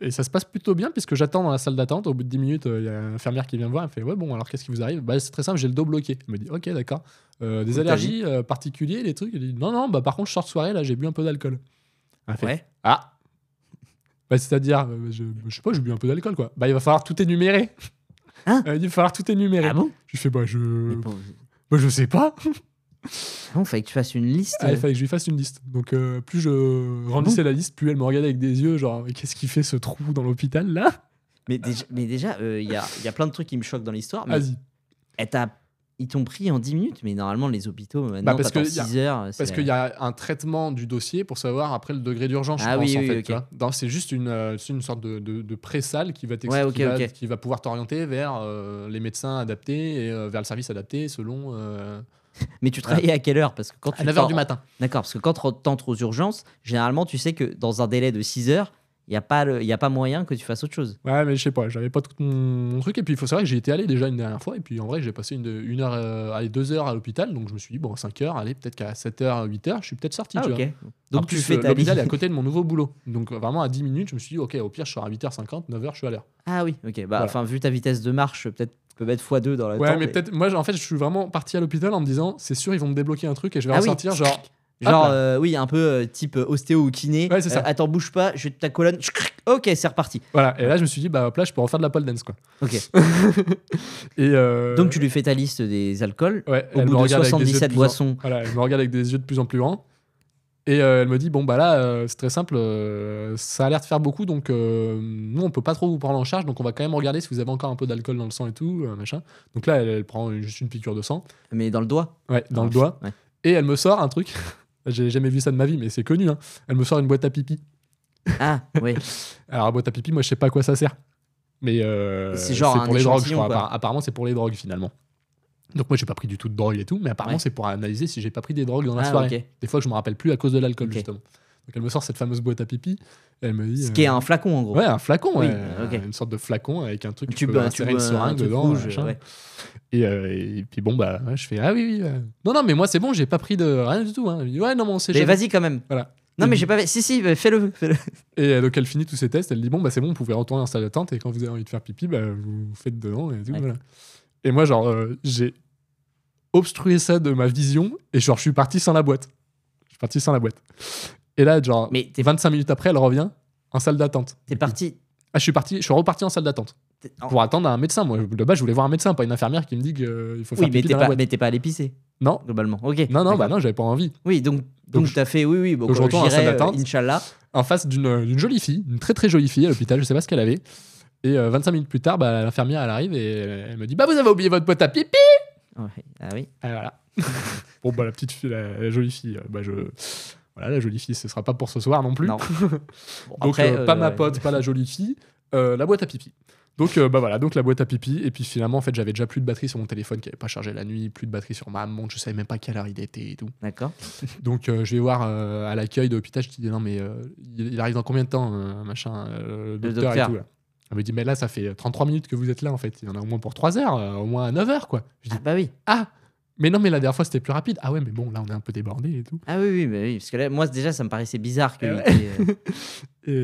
[SPEAKER 2] et ça se passe plutôt bien puisque j'attends dans la salle d'attente. Au bout de 10 minutes, euh, il y a une infirmière qui vient me voir. Elle me fait Ouais, bon, alors qu'est-ce qui vous arrive bah, C'est très simple, j'ai le dos bloqué. Elle me dit Ok, d'accord. Euh, des
[SPEAKER 1] Cool, t'as dit.
[SPEAKER 2] allergies euh, particulières, des trucs Elle dit Non, non, bah, par contre, je sors de soirée, là, j'ai bu un peu d'alcool. Elle fait,
[SPEAKER 1] Ouais.
[SPEAKER 2] Ah bah, C'est-à-dire, euh, je, je sais pas, j'ai bu un peu d'alcool, quoi. Bah, il va falloir tout énumérer.
[SPEAKER 1] Hein
[SPEAKER 2] Euh, il va falloir tout énumérer.
[SPEAKER 1] Ah bon
[SPEAKER 2] je fais, bah, je.
[SPEAKER 1] Mais bon,
[SPEAKER 2] bah, je sais pas.
[SPEAKER 1] Non, fallait que tu fasses une liste.
[SPEAKER 2] Ah, il fallait que je lui fasse une liste. Donc, euh, plus je
[SPEAKER 1] Ah
[SPEAKER 2] remplissais la liste, plus elle me regardait avec des yeux, genre, mais qu'est-ce qui fait ce trou dans l'hôpital, là
[SPEAKER 1] Mais déjà, mais déjà, euh, il y, a, il y a plein de trucs qui me choquent dans l'histoire. Ah, Mais
[SPEAKER 2] Vas-y.
[SPEAKER 1] elle t'a- ils t'ont pris en 10 minutes, mais normalement, les hôpitaux, euh, maintenant,
[SPEAKER 2] Bah, parce
[SPEAKER 1] t'attends
[SPEAKER 2] que y a-
[SPEAKER 1] 6 heures.
[SPEAKER 2] Parce
[SPEAKER 1] c'est-
[SPEAKER 2] qu'il y a un traitement du dossier pour savoir après le degré d'urgence, je
[SPEAKER 1] Ah
[SPEAKER 2] pense,
[SPEAKER 1] oui,
[SPEAKER 2] en
[SPEAKER 1] oui,
[SPEAKER 2] fait.
[SPEAKER 1] ok.
[SPEAKER 2] tu vois. Dans- C'est juste une, euh, c'est une sorte de, de, de pré-salle qui va, t'ex-
[SPEAKER 1] Ouais, ok,
[SPEAKER 2] qui, va-
[SPEAKER 1] ok.
[SPEAKER 2] qui va pouvoir t'orienter vers euh, les médecins adaptés et euh, vers le service adapté selon. euh,
[SPEAKER 1] Mais tu travaillais à quelle heure Parce que quand
[SPEAKER 2] à
[SPEAKER 1] tu
[SPEAKER 2] 9h du
[SPEAKER 1] t'en-
[SPEAKER 2] matin.
[SPEAKER 1] D'accord, parce que quand tu t'entres aux urgences, généralement, tu sais que dans un délai de 6 heures, il n'y a, pas le- il y a pas moyen que tu fasses autre chose.
[SPEAKER 2] Ouais, mais je sais pas, j'avais pas tout mon, mon truc. Et puis, il faut savoir que j'y étais allé déjà une dernière fois. Et puis, en vrai, j'ai passé une, une heure, euh, allez, deux heures à l'hôpital. Donc, je me suis dit, bon, 5 heures, allez, peut-être qu'à 7 heures, 8 heures, je suis peut-être sorti.
[SPEAKER 1] Ah,
[SPEAKER 2] tu vois.
[SPEAKER 1] ok.
[SPEAKER 2] En
[SPEAKER 1] Donc tu
[SPEAKER 2] plus,
[SPEAKER 1] fais
[SPEAKER 2] euh,
[SPEAKER 1] ta vie.
[SPEAKER 2] l'hôpital est à côté de mon nouveau boulot. Donc, euh, vraiment, à 10 minutes, je me suis dit, ok, au pire, je sors à 8h50, 9h, je suis à l'heure.
[SPEAKER 1] Ah oui, ok. Bah,
[SPEAKER 2] Voilà.
[SPEAKER 1] enfin, vu ta vitesse de marche, peut-être tu peux mettre x2 dans la
[SPEAKER 2] Ouais,
[SPEAKER 1] tente,
[SPEAKER 2] mais peut-être, moi, en fait, je suis vraiment parti à l'hôpital en me disant, c'est sûr, ils vont me débloquer un truc et je vais
[SPEAKER 1] Ah oui.
[SPEAKER 2] ressortir, genre,
[SPEAKER 1] Genre,
[SPEAKER 2] Hop là.
[SPEAKER 1] euh, oui, un peu euh, type euh, ostéo ou kiné.
[SPEAKER 2] Ouais, c'est ça.
[SPEAKER 1] Euh, attends, bouge pas, je vais de ta colonne. Chut, cric. Ok, c'est reparti.
[SPEAKER 2] Voilà. Et là, je me suis dit, bah hop là, je peux en faire de la pole dance, quoi.
[SPEAKER 1] Ok.
[SPEAKER 2] Euh, Et euh,
[SPEAKER 1] Donc, tu lui fais ta liste des alcools.
[SPEAKER 2] ouais,
[SPEAKER 1] Au
[SPEAKER 2] elle me
[SPEAKER 1] bout de
[SPEAKER 2] regarde avec des yeux
[SPEAKER 1] 77
[SPEAKER 2] plus en-
[SPEAKER 1] boissons.
[SPEAKER 2] Voilà, elle me regarde avec des yeux de plus en plus grands. Et euh, elle me dit Bon, bah là, euh, c'est très simple, euh, ça a l'air de faire beaucoup, donc euh, nous, on peut pas trop vous prendre en charge, donc on va quand même regarder si vous avez encore un peu d'alcool dans le sang et tout, euh, machin. Donc là, elle, elle prend juste une piqûre de sang,
[SPEAKER 1] Mais dans le doigt.
[SPEAKER 2] ouais, dans le
[SPEAKER 1] Ah,
[SPEAKER 2] doigt,
[SPEAKER 1] ouais.
[SPEAKER 2] et elle me sort un truc. J'ai jamais vu ça de ma vie, mais c'est connu. hein. Elle me sort une boîte à pipi.
[SPEAKER 1] Ah, ouais.
[SPEAKER 2] Alors, la boîte à pipi, moi, je sais pas à quoi ça sert. Mais euh,
[SPEAKER 1] C'est genre un
[SPEAKER 2] pour les drogues, je
[SPEAKER 1] échantillon,
[SPEAKER 2] crois.
[SPEAKER 1] quoi.
[SPEAKER 2] Appar- Apparemment, c'est pour les drogues, finalement. Donc, moi, j'ai pas pris du tout de drogue et tout, mais apparemment,
[SPEAKER 1] Ouais.
[SPEAKER 2] c'est pour analyser si j'ai pas pris des drogues dans la
[SPEAKER 1] Ah,
[SPEAKER 2] soirée.
[SPEAKER 1] ok.
[SPEAKER 2] Des fois, je me rappelle plus à cause de l'alcool,
[SPEAKER 1] Ok.
[SPEAKER 2] justement. Donc, elle me sort cette fameuse boîte à pipi. Et elle me dit.
[SPEAKER 1] Ce
[SPEAKER 2] euh,
[SPEAKER 1] qui est un flacon, en gros.
[SPEAKER 2] Ouais, un flacon,
[SPEAKER 1] Oui,
[SPEAKER 2] ouais,
[SPEAKER 1] euh, ok.
[SPEAKER 2] une sorte de flacon avec un truc.
[SPEAKER 1] Un
[SPEAKER 2] Tu
[SPEAKER 1] tube-
[SPEAKER 2] peux
[SPEAKER 1] un
[SPEAKER 2] insérer
[SPEAKER 1] tube,
[SPEAKER 2] une
[SPEAKER 1] euh, un
[SPEAKER 2] seringue
[SPEAKER 1] truc
[SPEAKER 2] dedans.
[SPEAKER 1] rouge,
[SPEAKER 2] machin.
[SPEAKER 1] ouais.
[SPEAKER 2] Et, euh, et puis bon, bah, ouais, je fais Ah oui, oui. euh, Non, non, mais moi, c'est bon, j'ai pas pris de rien du tout. hein. Elle me dit, Ouais, non, mais on sait
[SPEAKER 1] Mais
[SPEAKER 2] jamais.
[SPEAKER 1] vas-y quand même.
[SPEAKER 2] Voilà.
[SPEAKER 1] Non, mais j'ai pas. Si, si, bah, fais-le. fais-le.
[SPEAKER 2] Et euh, donc, elle finit tous ses tests. Elle dit Bon, bah, c'est bon, vous pouvez retourner en salle d'attente. Et quand vous avez envie de faire pipi, bah, vous faites dedans. Et, tout,
[SPEAKER 1] Ouais.
[SPEAKER 2] voilà. et moi, genre, euh, j'ai obstrué ça de ma vision. Et genre, je suis parti sans la boîte. Je suis parti sans la boîte. Et là, genre,
[SPEAKER 1] Mais
[SPEAKER 2] Et
[SPEAKER 1] t'es
[SPEAKER 2] 25 minutes après, elle revient en salle d'attente.
[SPEAKER 1] t'es parti. Ah.
[SPEAKER 2] Ah, je suis parti, je suis reparti en salle d'attente
[SPEAKER 1] t'es- en-
[SPEAKER 2] pour attendre un médecin. Moi, de base, je voulais voir un médecin, pas une infirmière qui me dit qu'il faut
[SPEAKER 1] Oui,
[SPEAKER 2] faire
[SPEAKER 1] mais
[SPEAKER 2] pipi
[SPEAKER 1] t'es
[SPEAKER 2] dans la
[SPEAKER 1] pas,
[SPEAKER 2] boîte.
[SPEAKER 1] mais t'es pas allé pisser,
[SPEAKER 2] Non,
[SPEAKER 1] globalement. Ok.
[SPEAKER 2] non, non,
[SPEAKER 1] D'accord.
[SPEAKER 2] bah non, j'avais pas envie.
[SPEAKER 1] Oui, donc, donc,
[SPEAKER 2] je-
[SPEAKER 1] t'as fait. Oui, oui. Bon,
[SPEAKER 2] donc je
[SPEAKER 1] quoi,
[SPEAKER 2] retourne à la salle
[SPEAKER 1] j'irai, euh,
[SPEAKER 2] d'attente.
[SPEAKER 1] Inch'Allah.
[SPEAKER 2] En face d'une d'une jolie fille, une très très jolie fille à l'hôpital, je sais pas ce qu'elle avait. Et euh, 25 minutes plus tard, bah, l'infirmière elle arrive et elle, elle me dit Bah, vous avez oublié votre boîte à pipi
[SPEAKER 1] Ouais. Ah oui.
[SPEAKER 2] Et voilà. bon, bah, la petite fille, la, la jolie fille, euh, bah, je. Voilà, la jolie fille, ce sera pas pour ce soir non plus.
[SPEAKER 1] Non. Bon,
[SPEAKER 2] Donc,
[SPEAKER 1] après,
[SPEAKER 2] euh, pas
[SPEAKER 1] euh,
[SPEAKER 2] ma pote, pas la jolie fille, euh, la boîte à pipi. Donc, euh, bah voilà, donc la boîte à pipi. Et puis finalement, en fait, j'avais déjà plus de batterie sur mon téléphone qui avait pas chargé la nuit, plus de batterie sur ma montre, je savais même pas quelle heure il était et tout.
[SPEAKER 1] D'accord.
[SPEAKER 2] Donc, euh, je vais voir euh, à l'accueil de l'hôpital, je dis non, mais euh, il il arrive dans combien de temps, euh, machin, euh, le docteur,
[SPEAKER 1] docteur.
[SPEAKER 2] et tout. là. Elle me dit, mais là, ça fait 33 minutes que vous êtes là, en fait. Il y en a au moins pour 3 heures, euh, au moins 9 heures, quoi. Je dis,
[SPEAKER 1] Ah bah oui.
[SPEAKER 2] ah, mais non, mais la dernière fois, c'était plus rapide. Ah ouais, mais bon, là, on est un peu débordé et tout.
[SPEAKER 1] Ah oui, oui, bah oui, parce que là, moi déjà, ça me paraissait bizarre que.
[SPEAKER 2] Eh
[SPEAKER 1] il était, euh,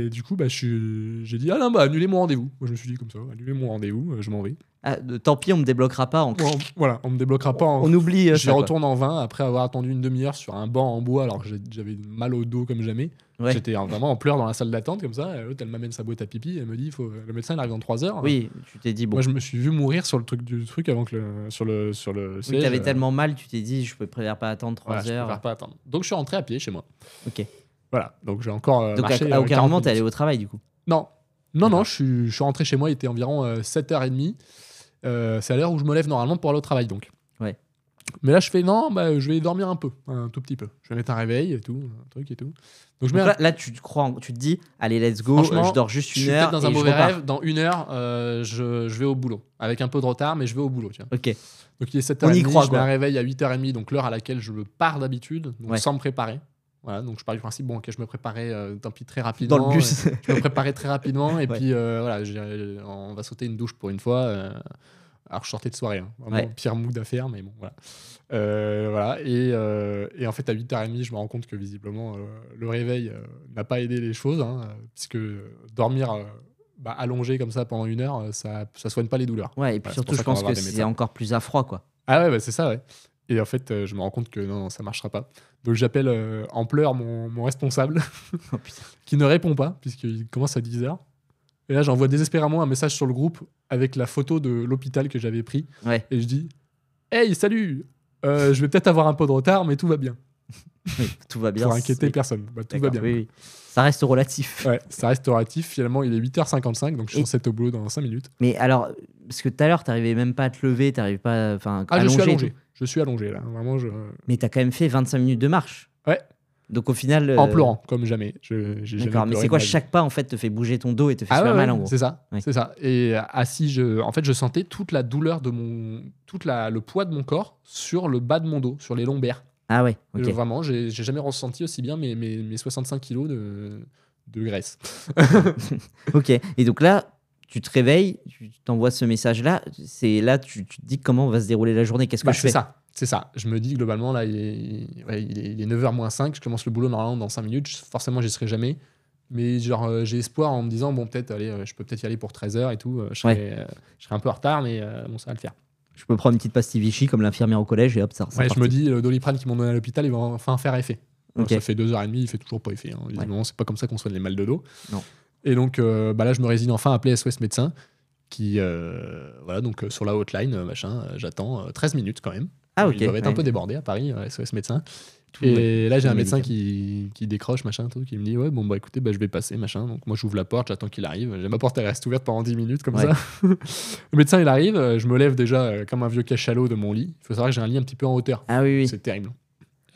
[SPEAKER 2] Et du coup, bah, je suis- j'ai dit, ah non, bah, annulez mon rendez-vous. Moi, je me suis dit comme ça, annulez mon rendez-vous, euh, je m'en vais.
[SPEAKER 1] ah, de- tant pis, on me débloquera pas. On,
[SPEAKER 2] Bon, voilà, on me débloquera pas. En...
[SPEAKER 1] on oublie. euh,
[SPEAKER 2] J'y
[SPEAKER 1] ça, quoi.
[SPEAKER 2] retourne en vain après avoir attendu une demi-heure sur un banc en bois alors que j'ai- j'avais mal au dos comme jamais.
[SPEAKER 1] Ouais.
[SPEAKER 2] J'étais en- vraiment en pleurs dans la salle d'attente comme ça. et L'autre, elle m'amène sa boîte à pipi. Elle me dit, il faut... le médecin il arrive dans 3 heures.
[SPEAKER 1] Oui, tu t'es dit bon.
[SPEAKER 2] hein. Moi, je me suis vu mourir sur le truc du truc avant que le... sur le sur le.
[SPEAKER 1] Oui,
[SPEAKER 2] siège,
[SPEAKER 1] t'avais
[SPEAKER 2] euh,
[SPEAKER 1] tellement mal, tu t'es dit, je peux préfère pas attendre
[SPEAKER 2] voilà,
[SPEAKER 1] 3
[SPEAKER 2] je
[SPEAKER 1] heures.
[SPEAKER 2] préfère pas attendre. Donc, je suis rentré à pied chez moi.
[SPEAKER 1] Ok.
[SPEAKER 2] Voilà. Donc, j'ai encore. euh,
[SPEAKER 1] Donc à-
[SPEAKER 2] marché,
[SPEAKER 1] à
[SPEAKER 2] euh,
[SPEAKER 1] aucun
[SPEAKER 2] 40
[SPEAKER 1] moment t'es
[SPEAKER 2] minutes.
[SPEAKER 1] allé au travail du coup.
[SPEAKER 2] Non. Non, non, je suis, je suis rentré chez moi, il était environ euh, 7h30. Euh, c'est à l'heure où je me lève normalement pour aller au travail, donc.
[SPEAKER 1] Ouais.
[SPEAKER 2] Mais là, je fais non, bah, je vais dormir un peu, un tout petit peu. Je vais mettre un réveil et tout, un truc et tout. Donc je, mets
[SPEAKER 1] Donc
[SPEAKER 2] un-
[SPEAKER 1] là, là, tu te crois, en- tu te dis, allez, let's go,
[SPEAKER 2] Franchement,
[SPEAKER 1] euh, je dors juste
[SPEAKER 2] je
[SPEAKER 1] une
[SPEAKER 2] suis
[SPEAKER 1] heure.
[SPEAKER 2] peut-être dans un
[SPEAKER 1] et je
[SPEAKER 2] mauvais
[SPEAKER 1] repars.
[SPEAKER 2] rêve. Dans une heure, euh, je, je vais au boulot. Avec un peu de retard, mais je vais au boulot. Tu vois.
[SPEAKER 1] Ok.
[SPEAKER 2] Donc il est 7h30,
[SPEAKER 1] On y croit,
[SPEAKER 2] je mets
[SPEAKER 1] quoi.
[SPEAKER 2] un réveil à 8h30, donc l'heure à laquelle je pars d'habitude, donc
[SPEAKER 1] Ouais.
[SPEAKER 2] sans me préparer. Voilà, donc je pars du principe, bon, ok, je me préparais, euh, tant pis, très rapidement.
[SPEAKER 1] Dans le bus.
[SPEAKER 2] je me préparais très rapidement et
[SPEAKER 1] Ouais.
[SPEAKER 2] puis euh, voilà, j'ai- euh, on va sauter une douche pour une fois. euh, alors je sortais de soirée, hein. vraiment
[SPEAKER 1] Ouais.
[SPEAKER 2] pire mood à faire, mais bon voilà. Euh, voilà et, euh, et en fait à 8h30 je me rends compte que visiblement euh, le réveil euh, n'a pas aidé les choses, hein, euh, puisque euh, dormir euh, bah, allongé comme ça pendant une heure, euh, ça, ça soigne pas les douleurs.
[SPEAKER 1] Ouais, et puis
[SPEAKER 2] Ouais, c'est
[SPEAKER 1] surtout,
[SPEAKER 2] pour ça
[SPEAKER 1] je
[SPEAKER 2] qu'on va
[SPEAKER 1] pense
[SPEAKER 2] avoir
[SPEAKER 1] que
[SPEAKER 2] des
[SPEAKER 1] c'est
[SPEAKER 2] méthodes.
[SPEAKER 1] encore plus à froid, quoi.
[SPEAKER 2] Ah ouais, bah c'est ça, ouais. Et en fait, euh, je me rends compte que non, non, ça marchera pas. Donc j'appelle euh, en pleurs mon, mon responsable,
[SPEAKER 1] Oh, putain.
[SPEAKER 2] qui ne répond pas, puisqu'il commence à 10h. Et là, j'envoie désespérément un message sur le groupe avec la photo de l'hôpital que j'avais pris.
[SPEAKER 1] Ouais.
[SPEAKER 2] Et je dis Hey, salut Euh, Je vais peut-être avoir un peu de retard, mais tout va bien.
[SPEAKER 1] Oui, tout va bien.
[SPEAKER 2] pour
[SPEAKER 1] c'est-
[SPEAKER 2] inquiéter
[SPEAKER 1] oui,
[SPEAKER 2] personne. Bah, tout va
[SPEAKER 1] d'accord,
[SPEAKER 2] bien.
[SPEAKER 1] oui, oui. Ça reste relatif.
[SPEAKER 2] Ouais, ça reste oratif. Finalement, il est 8h55, donc je suis
[SPEAKER 1] Et-
[SPEAKER 2] censé être au boulot dans 5 minutes.
[SPEAKER 1] Mais alors, parce que tout à l'heure, t'arrivais même pas à te lever, t'arrivais pas. Enfin,
[SPEAKER 2] Ah, je
[SPEAKER 1] allongé Euh,
[SPEAKER 2] suis
[SPEAKER 1] et tout.
[SPEAKER 2] allongé. Je suis allongé, là. Vraiment, je...
[SPEAKER 1] Mais t'as quand même fait 25 minutes de marche.
[SPEAKER 2] Ouais.
[SPEAKER 1] Donc au final. euh,
[SPEAKER 2] en pleurant, comme jamais. Je- j'ai jamais
[SPEAKER 1] D'accord, mais
[SPEAKER 2] pleuré
[SPEAKER 1] c'est
[SPEAKER 2] de
[SPEAKER 1] quoi
[SPEAKER 2] ma vie.
[SPEAKER 1] Chaque pas, en fait, te fait bouger ton dos et te fait
[SPEAKER 2] Ah
[SPEAKER 1] super
[SPEAKER 2] ouais,
[SPEAKER 1] mal,
[SPEAKER 2] ouais,
[SPEAKER 1] en gros.
[SPEAKER 2] C'est ça,
[SPEAKER 1] Ouais.
[SPEAKER 2] c'est ça. Et euh, assis, je, en fait, je sentais toute la douleur de mon, toute la, le poids de mon corps sur le bas de mon dos, sur les lombaires.
[SPEAKER 1] Ah ouais,
[SPEAKER 2] Et
[SPEAKER 1] ok.
[SPEAKER 2] Vraiment, j'ai j'ai jamais ressenti aussi bien mes, mes, mes 65 kilos de, de graisse.
[SPEAKER 1] Ok. Et donc là, tu te réveilles, tu t'envoies ce message-là. C'est là, tu, tu te dis comment va se dérouler la journée, qu'est-ce que
[SPEAKER 2] Bah,
[SPEAKER 1] je
[SPEAKER 2] c'est
[SPEAKER 1] fais
[SPEAKER 2] ça, c'est ça. Je me dis globalement là, il est, ouais, il est, 9h moins 5, je commence le boulot normalement dans 5 minutes. Je- Forcément, j'y serai jamais. Mais genre, euh, j'ai espoir en me disant, bon, peut-être, allez, euh, je peux peut-être y aller pour 13h et tout. euh, je, serai, euh, je serai un peu en retard, mais euh, bon, ça va le faire.
[SPEAKER 1] Je peux prendre une petite pastille Vichy comme l'infirmière au collège et hop, ça. c'est
[SPEAKER 2] Ouais, je euh,
[SPEAKER 1] parti.
[SPEAKER 2] me dis, le doliprane qu'ils m'ont donné à l'hôpital, il va enfin faire effet.
[SPEAKER 1] Ok.
[SPEAKER 2] Ça fait deux heures et demie, il fait toujours pas effet. Hein. Visiblement, c'est pas comme ça qu'on soigne les mal de dos.
[SPEAKER 1] Non.
[SPEAKER 2] Et donc, euh, bah là, je me résigne enfin à appeler SOS médecin, qui, euh, voilà, donc euh, sur la hotline, euh, machin, euh, j'attends euh, 13 minutes quand même.
[SPEAKER 1] Ah,
[SPEAKER 2] Ils
[SPEAKER 1] ok.
[SPEAKER 2] doivent être un
[SPEAKER 1] ouais.
[SPEAKER 2] peu débordés à Paris, euh, SOS médecin.
[SPEAKER 1] Tout- ouais.
[SPEAKER 2] Et là, j'ai
[SPEAKER 1] tout
[SPEAKER 2] un
[SPEAKER 1] le
[SPEAKER 2] médecin
[SPEAKER 1] médicament.
[SPEAKER 2] qui, qui décroche, machin, tout, qui me dit Ouais, bon, bah écoutez, bah, je vais passer, machin. Donc, moi, j'ouvre la porte, j'attends qu'il arrive. J'ai- Ma porte, elle reste ouverte pendant 10 minutes, comme
[SPEAKER 1] Ouais.
[SPEAKER 2] ça. le médecin, il arrive, euh, je me lève déjà euh, comme un vieux cachalot de mon lit. Il faut savoir que j'ai un lit un petit peu en hauteur.
[SPEAKER 1] Ah oui, oui.
[SPEAKER 2] C'est terrible.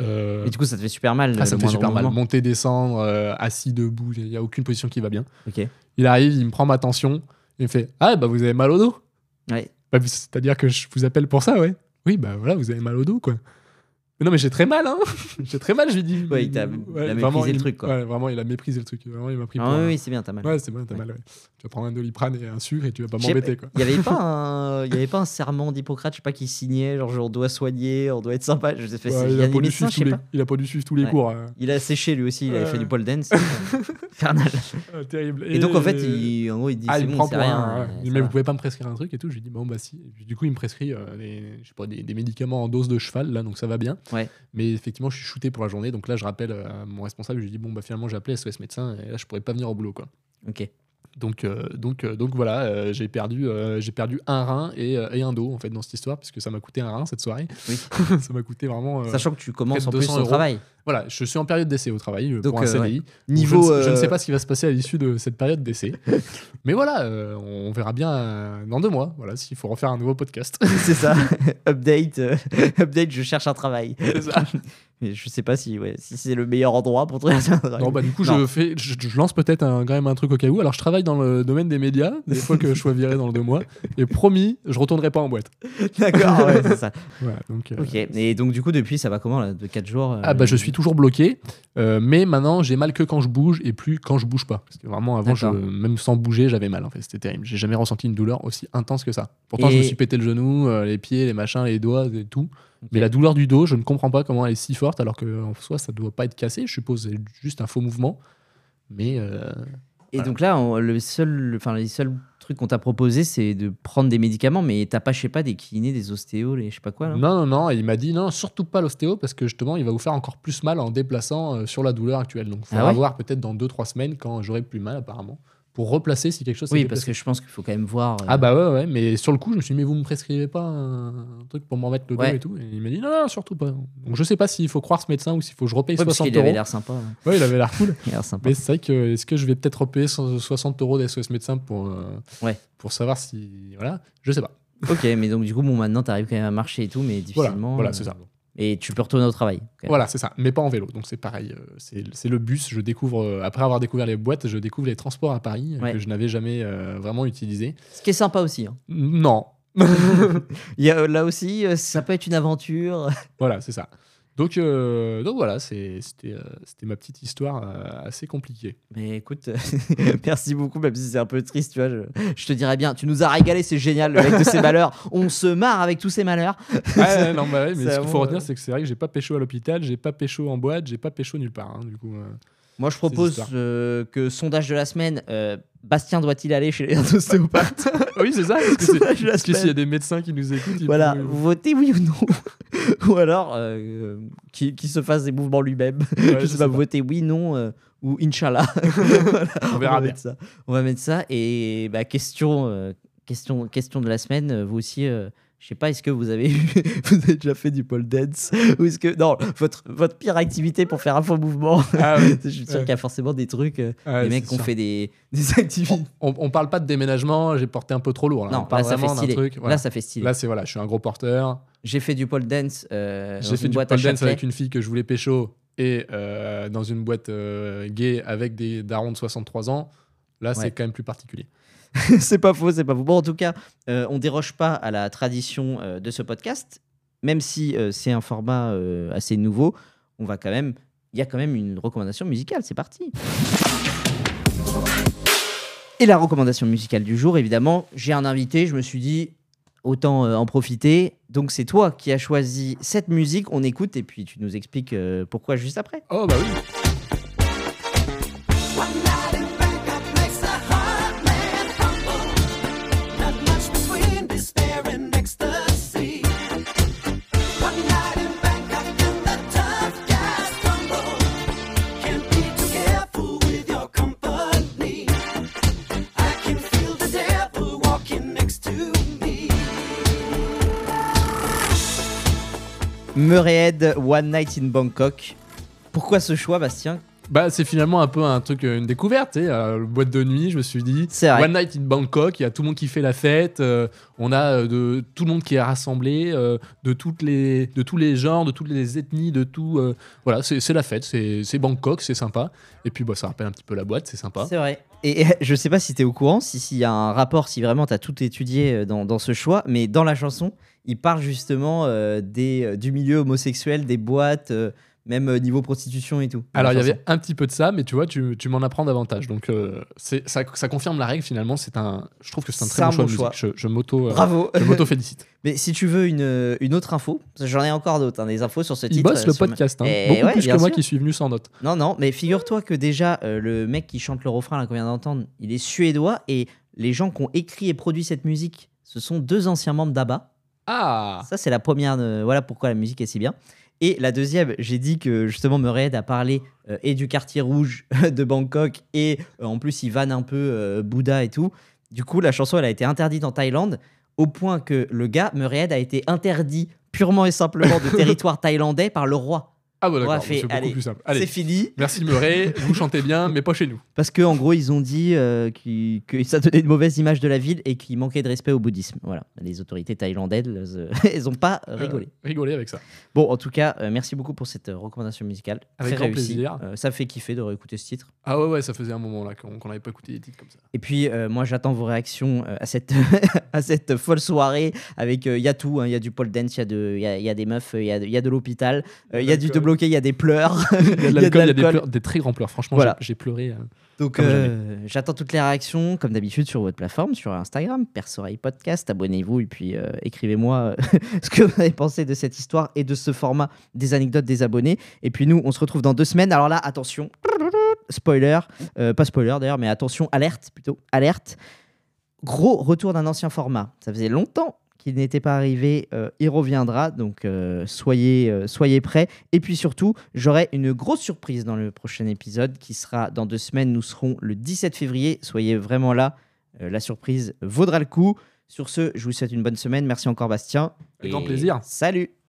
[SPEAKER 2] Euh,
[SPEAKER 1] Et du coup, ça te fait super mal.
[SPEAKER 2] ah, ça
[SPEAKER 1] le
[SPEAKER 2] me fait
[SPEAKER 1] moindre
[SPEAKER 2] super mal.
[SPEAKER 1] mouvement.
[SPEAKER 2] Monter, descendre, euh, assis, debout, il n'y a aucune position qui va bien.
[SPEAKER 1] Ok.
[SPEAKER 2] Il arrive, il me prend ma tension, il me fait Ah, bah vous avez mal au dos
[SPEAKER 1] Ouais.
[SPEAKER 2] Bah, C'est-à-dire que je vous appelle pour ça, ouais. Oui, bah voilà, vous avez mal au dos, quoi. Mais non, mais j'ai très mal, hein J'ai très mal, je lui dis.
[SPEAKER 1] Ouais, il t'a- il a méprisé le
[SPEAKER 2] il-
[SPEAKER 1] truc, quoi.
[SPEAKER 2] Ouais, vraiment, il a méprisé le truc. Vraiment, il m'a pris
[SPEAKER 1] Ah
[SPEAKER 2] pour
[SPEAKER 1] oui,
[SPEAKER 2] un-
[SPEAKER 1] oui, c'est bien, t'as mal.
[SPEAKER 2] Ouais, c'est bon, t'as
[SPEAKER 1] Ouais.
[SPEAKER 2] mal, ouais. Tu vas prendre un doliprane et un sucre et tu vas pas
[SPEAKER 1] Je sais
[SPEAKER 2] m'embêter, quoi.
[SPEAKER 1] Il n'y avait, pas un- il y avait pas un serment d'Hippocrate, je sais pas, qui signait, genre, genre, on doit soigner, on doit être sympa. Je sais pas,
[SPEAKER 2] Ouais,
[SPEAKER 1] c'est- il
[SPEAKER 2] il,
[SPEAKER 1] y a
[SPEAKER 2] a
[SPEAKER 1] des
[SPEAKER 2] pas dû
[SPEAKER 1] médecins,
[SPEAKER 2] suivre
[SPEAKER 1] je sais
[SPEAKER 2] tous les,
[SPEAKER 1] pas.
[SPEAKER 2] il a pas dû suivre tous les
[SPEAKER 1] Ouais.
[SPEAKER 2] cours. hein.
[SPEAKER 1] Il a séché lui aussi, il avait
[SPEAKER 2] Ouais.
[SPEAKER 1] fait du pole dance. Infernal.
[SPEAKER 2] Ah, terrible.
[SPEAKER 1] Et donc en fait, il, en gros, il dit
[SPEAKER 2] Ah,
[SPEAKER 1] c'est
[SPEAKER 2] il me
[SPEAKER 1] bon,
[SPEAKER 2] prend
[SPEAKER 1] c'est
[SPEAKER 2] pour
[SPEAKER 1] rien.
[SPEAKER 2] un- ouais.
[SPEAKER 1] euh,
[SPEAKER 2] Il dit,
[SPEAKER 1] ça
[SPEAKER 2] mais
[SPEAKER 1] va.
[SPEAKER 2] vous pouvez pas me prescrire un truc et tout. Je lui dis, bon, bah si. Et puis, du coup, il me prescrit euh, des, je sais pas, des, des médicaments en dose de cheval, là, donc ça va bien.
[SPEAKER 1] Ouais.
[SPEAKER 2] Mais effectivement, je suis shooté pour la journée. Donc là, je rappelle à mon responsable, je lui dis, bon, bah finalement, j'ai appelé SOS médecin et là, je pourrais pas venir au boulot, quoi.
[SPEAKER 1] Ok.
[SPEAKER 2] Donc, euh, donc, euh, donc voilà, euh, j'ai perdu, euh, j'ai perdu un rein et, euh, et un dos, en fait, dans cette histoire, puisque ça m'a coûté un rein cette soirée.
[SPEAKER 1] Oui.
[SPEAKER 2] ça m'a coûté vraiment. euh,
[SPEAKER 1] Sachant que tu commences en plus
[SPEAKER 2] 200
[SPEAKER 1] ton
[SPEAKER 2] euros.
[SPEAKER 1] travail.
[SPEAKER 2] Voilà, je suis en période d'essai au travail euh,
[SPEAKER 1] Donc,
[SPEAKER 2] pour un
[SPEAKER 1] euh,
[SPEAKER 2] CDI.
[SPEAKER 1] Niveau.
[SPEAKER 2] je, ne, je ne
[SPEAKER 1] euh,
[SPEAKER 2] sais pas ce qui va se passer à l'issue de cette période d'essai. Mais voilà, euh, on verra bien euh, dans deux mois. Voilà, s'il faut refaire un nouveau podcast.
[SPEAKER 1] c'est ça. euh, update. euh, update, je cherche un travail.
[SPEAKER 2] C'est ça.
[SPEAKER 1] Mais je sais pas si, ouais, si c'est le meilleur endroit pour trouver un travail.
[SPEAKER 2] non, bah du coup,
[SPEAKER 1] Non.
[SPEAKER 2] je fais, je, je lance peut-être un, quand même un truc au cas où. Alors, je travaille dans le domaine des médias, des fois que je sois viré dans le deux mois. Et promis, je retournerai pas en boîte.
[SPEAKER 1] D'accord, ouais, c'est ça.
[SPEAKER 2] Voilà, donc. euh,
[SPEAKER 1] Ok. Et donc, du coup, depuis, ça va comment, là De 4 jours euh,
[SPEAKER 2] Ah bah je suis toujours bloqué, euh, mais maintenant j'ai mal que quand je bouge et plus quand je bouge pas. Parce que vraiment avant, je,
[SPEAKER 1] D'accord.
[SPEAKER 2] même sans bouger, j'avais mal en fait, c'était terrible. J'ai jamais ressenti une douleur aussi intense que ça. Pourtant je me
[SPEAKER 1] Et-
[SPEAKER 2] suis pété le genou, euh, les pieds, les machins, les doigts et tout.
[SPEAKER 1] Ok.
[SPEAKER 2] Mais la douleur du dos, je ne comprends pas comment elle est si forte alors que en soi ça doit pas être cassé, je suppose c'est juste un faux mouvement. Mais euh,
[SPEAKER 1] Et
[SPEAKER 2] Voilà.
[SPEAKER 1] donc là, on- le seul, enfin, les seuls trucs qu'on t'a proposé, c'est de prendre des médicaments, mais t'as pas, je sais pas, des kinés, des ostéos, les je sais pas quoi, là
[SPEAKER 2] non non non, et il m'a dit non, surtout pas l'ostéo parce que justement il va vous faire encore plus mal en déplaçant euh, sur la douleur actuelle. Donc faudra
[SPEAKER 1] Ah ouais
[SPEAKER 2] voir peut-être dans 2 3 semaines quand j'aurai plus mal apparemment pour replacer si quelque chose s'est
[SPEAKER 1] Oui,
[SPEAKER 2] déplacé.
[SPEAKER 1] parce que je pense qu'il faut quand même voir. euh,
[SPEAKER 2] Ah bah ouais, ouais, mais sur le coup, je me suis dit, mais vous me prescrivez pas un un truc pour m'en mettre le dos
[SPEAKER 1] Ouais.
[SPEAKER 2] et tout Et il m'a dit, non, non, surtout pas. Donc je sais pas s'il faut croire ce médecin ou s'il faut que je repaye
[SPEAKER 1] Ouais, parce
[SPEAKER 2] 60
[SPEAKER 1] qu'il avait
[SPEAKER 2] euros.
[SPEAKER 1] l'air sympa. hein.
[SPEAKER 2] Ouais, il avait l'air cool.
[SPEAKER 1] Il a l'air sympa.
[SPEAKER 2] mais c'est vrai que, est-ce que je vais peut-être repayer 100 60 euros d'SOS médecin pour, euh,
[SPEAKER 1] Ouais.
[SPEAKER 2] pour savoir si. Voilà, je sais pas.
[SPEAKER 1] ok, mais donc du coup, bon, maintenant, t'arrives quand même à marcher et tout, mais
[SPEAKER 2] Voilà,
[SPEAKER 1] difficilement.
[SPEAKER 2] voilà
[SPEAKER 1] euh,
[SPEAKER 2] c'est ça.
[SPEAKER 1] Et tu peux retourner au travail. quand même.
[SPEAKER 2] Voilà, c'est ça. Mais pas en vélo. Donc c'est pareil. euh, C'est c'est le bus. Je découvre, euh, après avoir découvert les boîtes, je découvre les transports à Paris euh,
[SPEAKER 1] Ouais.
[SPEAKER 2] que je n'avais jamais euh, vraiment utilisé.
[SPEAKER 1] Ce qui est sympa aussi. hein.
[SPEAKER 2] Non,
[SPEAKER 1] Il y a, euh, là aussi, euh, ça peut être une aventure.
[SPEAKER 2] Voilà, c'est ça. Donc, euh, donc voilà, c'est- c'était euh, c'était ma petite histoire euh, assez compliquée.
[SPEAKER 1] Mais écoute, euh, merci beaucoup, même si c'est un peu triste, tu vois. Je, je te dirais bien, tu nous as régalé, c'est génial, le mec de ses malheurs. On se marre avec tous ses malheurs.
[SPEAKER 2] Ouais, non, bah
[SPEAKER 1] c'est
[SPEAKER 2] ouais, mais ce qu'il
[SPEAKER 1] vraiment,
[SPEAKER 2] faut
[SPEAKER 1] euh,
[SPEAKER 2] retenir, c'est que c'est vrai que j'ai pas pécho à l'hôpital, j'ai pas pécho en boîte, j'ai pas pécho nulle part. hein, du coup, euh.
[SPEAKER 1] Moi, je
[SPEAKER 2] Ces
[SPEAKER 1] propose
[SPEAKER 2] histoires.
[SPEAKER 1] euh, que sondage de la semaine, euh, Bastien doit-il aller chez les ostéopathes
[SPEAKER 2] Ah oui, c'est ça. Parce que c'est-
[SPEAKER 1] Sondage de la
[SPEAKER 2] parce que s'il y a
[SPEAKER 1] semaine.
[SPEAKER 2] des médecins qui nous écoutent, ils
[SPEAKER 1] Voilà,
[SPEAKER 2] peuvent-
[SPEAKER 1] votez oui ou non. ou alors, euh, qu'il qu'il se fasse des mouvements lui-même.
[SPEAKER 2] Ouais,
[SPEAKER 1] je sais pas,
[SPEAKER 2] pas.
[SPEAKER 1] votez oui, non euh, ou Inch'Allah.
[SPEAKER 2] on verra bien.
[SPEAKER 1] mettre ça. On va mettre ça. Et bah, question, euh, question, question de la semaine, euh, vous aussi. euh, je sais pas, est-ce que vous avez eu, vous avez déjà fait du pole dance ou est-ce que non, votre votre pire activité pour faire un faux mouvement.
[SPEAKER 2] Ah oui.
[SPEAKER 1] Je suis sûr
[SPEAKER 2] Ouais.
[SPEAKER 1] qu'il y a forcément des trucs, euh,
[SPEAKER 2] Ouais,
[SPEAKER 1] les mecs
[SPEAKER 2] c'est
[SPEAKER 1] qui ont
[SPEAKER 2] sûr.
[SPEAKER 1] fait des, des activités.
[SPEAKER 2] On, on parle pas de déménagement, j'ai porté un peu trop lourd. Là. on
[SPEAKER 1] non,
[SPEAKER 2] parle
[SPEAKER 1] là ça fait
[SPEAKER 2] vraiment d'un
[SPEAKER 1] stylé.
[SPEAKER 2] truc. voilà.
[SPEAKER 1] Là ça fait stylé.
[SPEAKER 2] Là, c'est voilà, je suis un gros porteur.
[SPEAKER 1] J'ai fait du pole dance. euh, dans
[SPEAKER 2] J'ai
[SPEAKER 1] une
[SPEAKER 2] fait du pole
[SPEAKER 1] boîte à
[SPEAKER 2] dance
[SPEAKER 1] Châtelet.
[SPEAKER 2] avec une fille que je voulais pécho et euh, dans une boîte euh, gay avec des darons de 63 ans. Là,
[SPEAKER 1] Ouais.
[SPEAKER 2] c'est quand même plus particulier.
[SPEAKER 1] c'est pas faux, c'est pas faux. Bon, en tout cas, euh, on déroge pas à la tradition euh, de ce podcast, même si euh, c'est un format euh, assez nouveau. On va quand même, il y a quand même une recommandation musicale. C'est parti. Et la recommandation musicale du jour, évidemment, j'ai un invité. Je me suis dit autant euh, en profiter. Donc c'est toi qui as choisi cette musique. On écoute et puis tu nous expliques euh, pourquoi juste après.
[SPEAKER 2] Oh bah oui,
[SPEAKER 3] One night in Bangkok and the tough guys crumble.
[SPEAKER 1] Murrayhead One Night in Bangkok. Pourquoi ce choix, Bastien
[SPEAKER 2] Bah, c'est finalement un peu un truc, euh, une découverte. tu sais, euh, boîte de nuit, je me suis dit.
[SPEAKER 1] C'est vrai.
[SPEAKER 2] One night in Bangkok, il y a tout le monde qui fait la fête. euh, on a euh, de tout le monde qui est rassemblé, euh, de toutes les, de tous les genres, de toutes les ethnies, de tout. euh, voilà, c'est c'est la fête. C'est c'est Bangkok, c'est sympa. Et puis, bah, ça rappelle un petit peu la boîte, c'est sympa.
[SPEAKER 1] C'est vrai. Et je sais pas si t'es au courant, si- s'il y a un rapport, si vraiment t'as tout étudié euh, dans, dans ce choix, mais dans la chanson, il parle justement euh, des, euh, du milieu homosexuel, des boîtes, euh, même euh, niveau prostitution et tout. dans
[SPEAKER 2] Alors, il
[SPEAKER 1] la
[SPEAKER 2] y
[SPEAKER 1] chanson.
[SPEAKER 2] avait un petit peu de ça, mais tu vois, tu, tu m'en apprends davantage. Donc, euh, c'est- ça, ça confirme la règle finalement. C'est un, je trouve que c'est un très
[SPEAKER 1] C'est
[SPEAKER 2] bon
[SPEAKER 1] un bon
[SPEAKER 2] choix. de
[SPEAKER 1] choix.
[SPEAKER 2] musique. Je, je m'auto, euh,
[SPEAKER 1] Bravo
[SPEAKER 2] je m'auto-félicite.
[SPEAKER 1] Mais si tu veux une, euh, une autre info, parce que j'en ai encore d'autres, hein, des infos sur ce
[SPEAKER 2] Il
[SPEAKER 1] titre.
[SPEAKER 2] bosse
[SPEAKER 1] euh,
[SPEAKER 2] le
[SPEAKER 1] sur-
[SPEAKER 2] podcast, hein.
[SPEAKER 1] Eh
[SPEAKER 2] beaucoup
[SPEAKER 1] ouais,
[SPEAKER 2] plus que
[SPEAKER 1] bien
[SPEAKER 2] moi
[SPEAKER 1] sûr.
[SPEAKER 2] qui suis venu sans note.
[SPEAKER 1] Non, non, mais figure-toi que déjà, euh, le mec qui chante le refrain là qu'on vient d'entendre, il est suédois et les gens qui ont écrit et produit cette musique, ce sont deux anciens membres d'ABBA.
[SPEAKER 2] Ah,
[SPEAKER 1] Ça, c'est la première. euh, voilà pourquoi la musique est si bien. Et la deuxième, j'ai dit que justement Murray a parlé euh, et du quartier rouge de Bangkok et euh, en plus il vanne un peu euh, Bouddha et tout. Du coup, la chanson elle a été interdite en Thaïlande au point que le gars Murray a été interdit purement et simplement de territoire thaïlandais par le roi.
[SPEAKER 2] ah bah,
[SPEAKER 1] On
[SPEAKER 2] d'accord.
[SPEAKER 1] a fait-
[SPEAKER 2] C'est beaucoup
[SPEAKER 1] allez,
[SPEAKER 2] plus simple.
[SPEAKER 1] C'est
[SPEAKER 2] Allez.
[SPEAKER 1] fini
[SPEAKER 2] Merci Murray, vous chantez bien, mais pas chez nous.
[SPEAKER 1] parce que en gros ils ont dit euh, qu'il- que ça donnait une mauvaise image de la ville et qu'il manquait de respect au bouddhisme. Voilà, les autorités thaïlandaises, euh, elles ont pas
[SPEAKER 2] Euh,
[SPEAKER 1] rigolé.
[SPEAKER 2] rigolez avec ça.
[SPEAKER 1] Bon, en tout cas, euh, merci beaucoup pour cette euh, recommandation musicale.
[SPEAKER 2] Avec
[SPEAKER 1] Très
[SPEAKER 2] grand
[SPEAKER 1] réussie.
[SPEAKER 2] plaisir.
[SPEAKER 1] Euh, ça fait kiffer de réécouter ce titre.
[SPEAKER 2] Ah ouais, ouais, ça faisait un moment là qu'on qu'on n'avait pas écouté des titres comme ça.
[SPEAKER 1] Et puis, euh, moi, j'attends vos réactions euh, à, cette à cette folle soirée avec. Il y a tout, il y a du pole dance, il y, a de- y, a, y a des meufs, il y a, de- y a de l'hôpital, il y a du
[SPEAKER 2] L'alcool.
[SPEAKER 1] de bloqué, il y a des pleurs.
[SPEAKER 2] Il y a de
[SPEAKER 1] de
[SPEAKER 2] l'alcool, il y a des,
[SPEAKER 1] l'alcool.
[SPEAKER 2] pleurs- des très grands pleurs. Franchement,
[SPEAKER 1] Voilà.
[SPEAKER 2] j'ai j'ai pleuré. euh.
[SPEAKER 1] Donc,
[SPEAKER 2] Comme
[SPEAKER 1] euh, j'attends toutes les réactions, comme d'habitude, sur votre plateforme, sur Instagram, Persoreille Podcast. Abonnez-vous et puis euh, écrivez-moi euh, ce que vous avez pensé de cette histoire et de ce format des anecdotes des abonnés. Et puis, nous, on se retrouve dans deux semaines. Alors là, attention, spoiler, euh, pas spoiler d'ailleurs, mais attention, alerte plutôt, alerte. Gros retour d'un ancien format. Ça faisait longtemps qu'il n'était pas arrivé. euh, il reviendra, donc euh, soyez, euh, soyez prêts. Et puis surtout, j'aurai une grosse surprise dans le prochain épisode qui sera dans deux semaines. Nous serons le 17 février. Soyez vraiment là. Euh, la surprise vaudra le coup. Sur ce, je vous souhaite une bonne semaine. Merci encore, Bastien.
[SPEAKER 2] Avec grand
[SPEAKER 1] Et
[SPEAKER 2] plaisir.
[SPEAKER 1] Salut.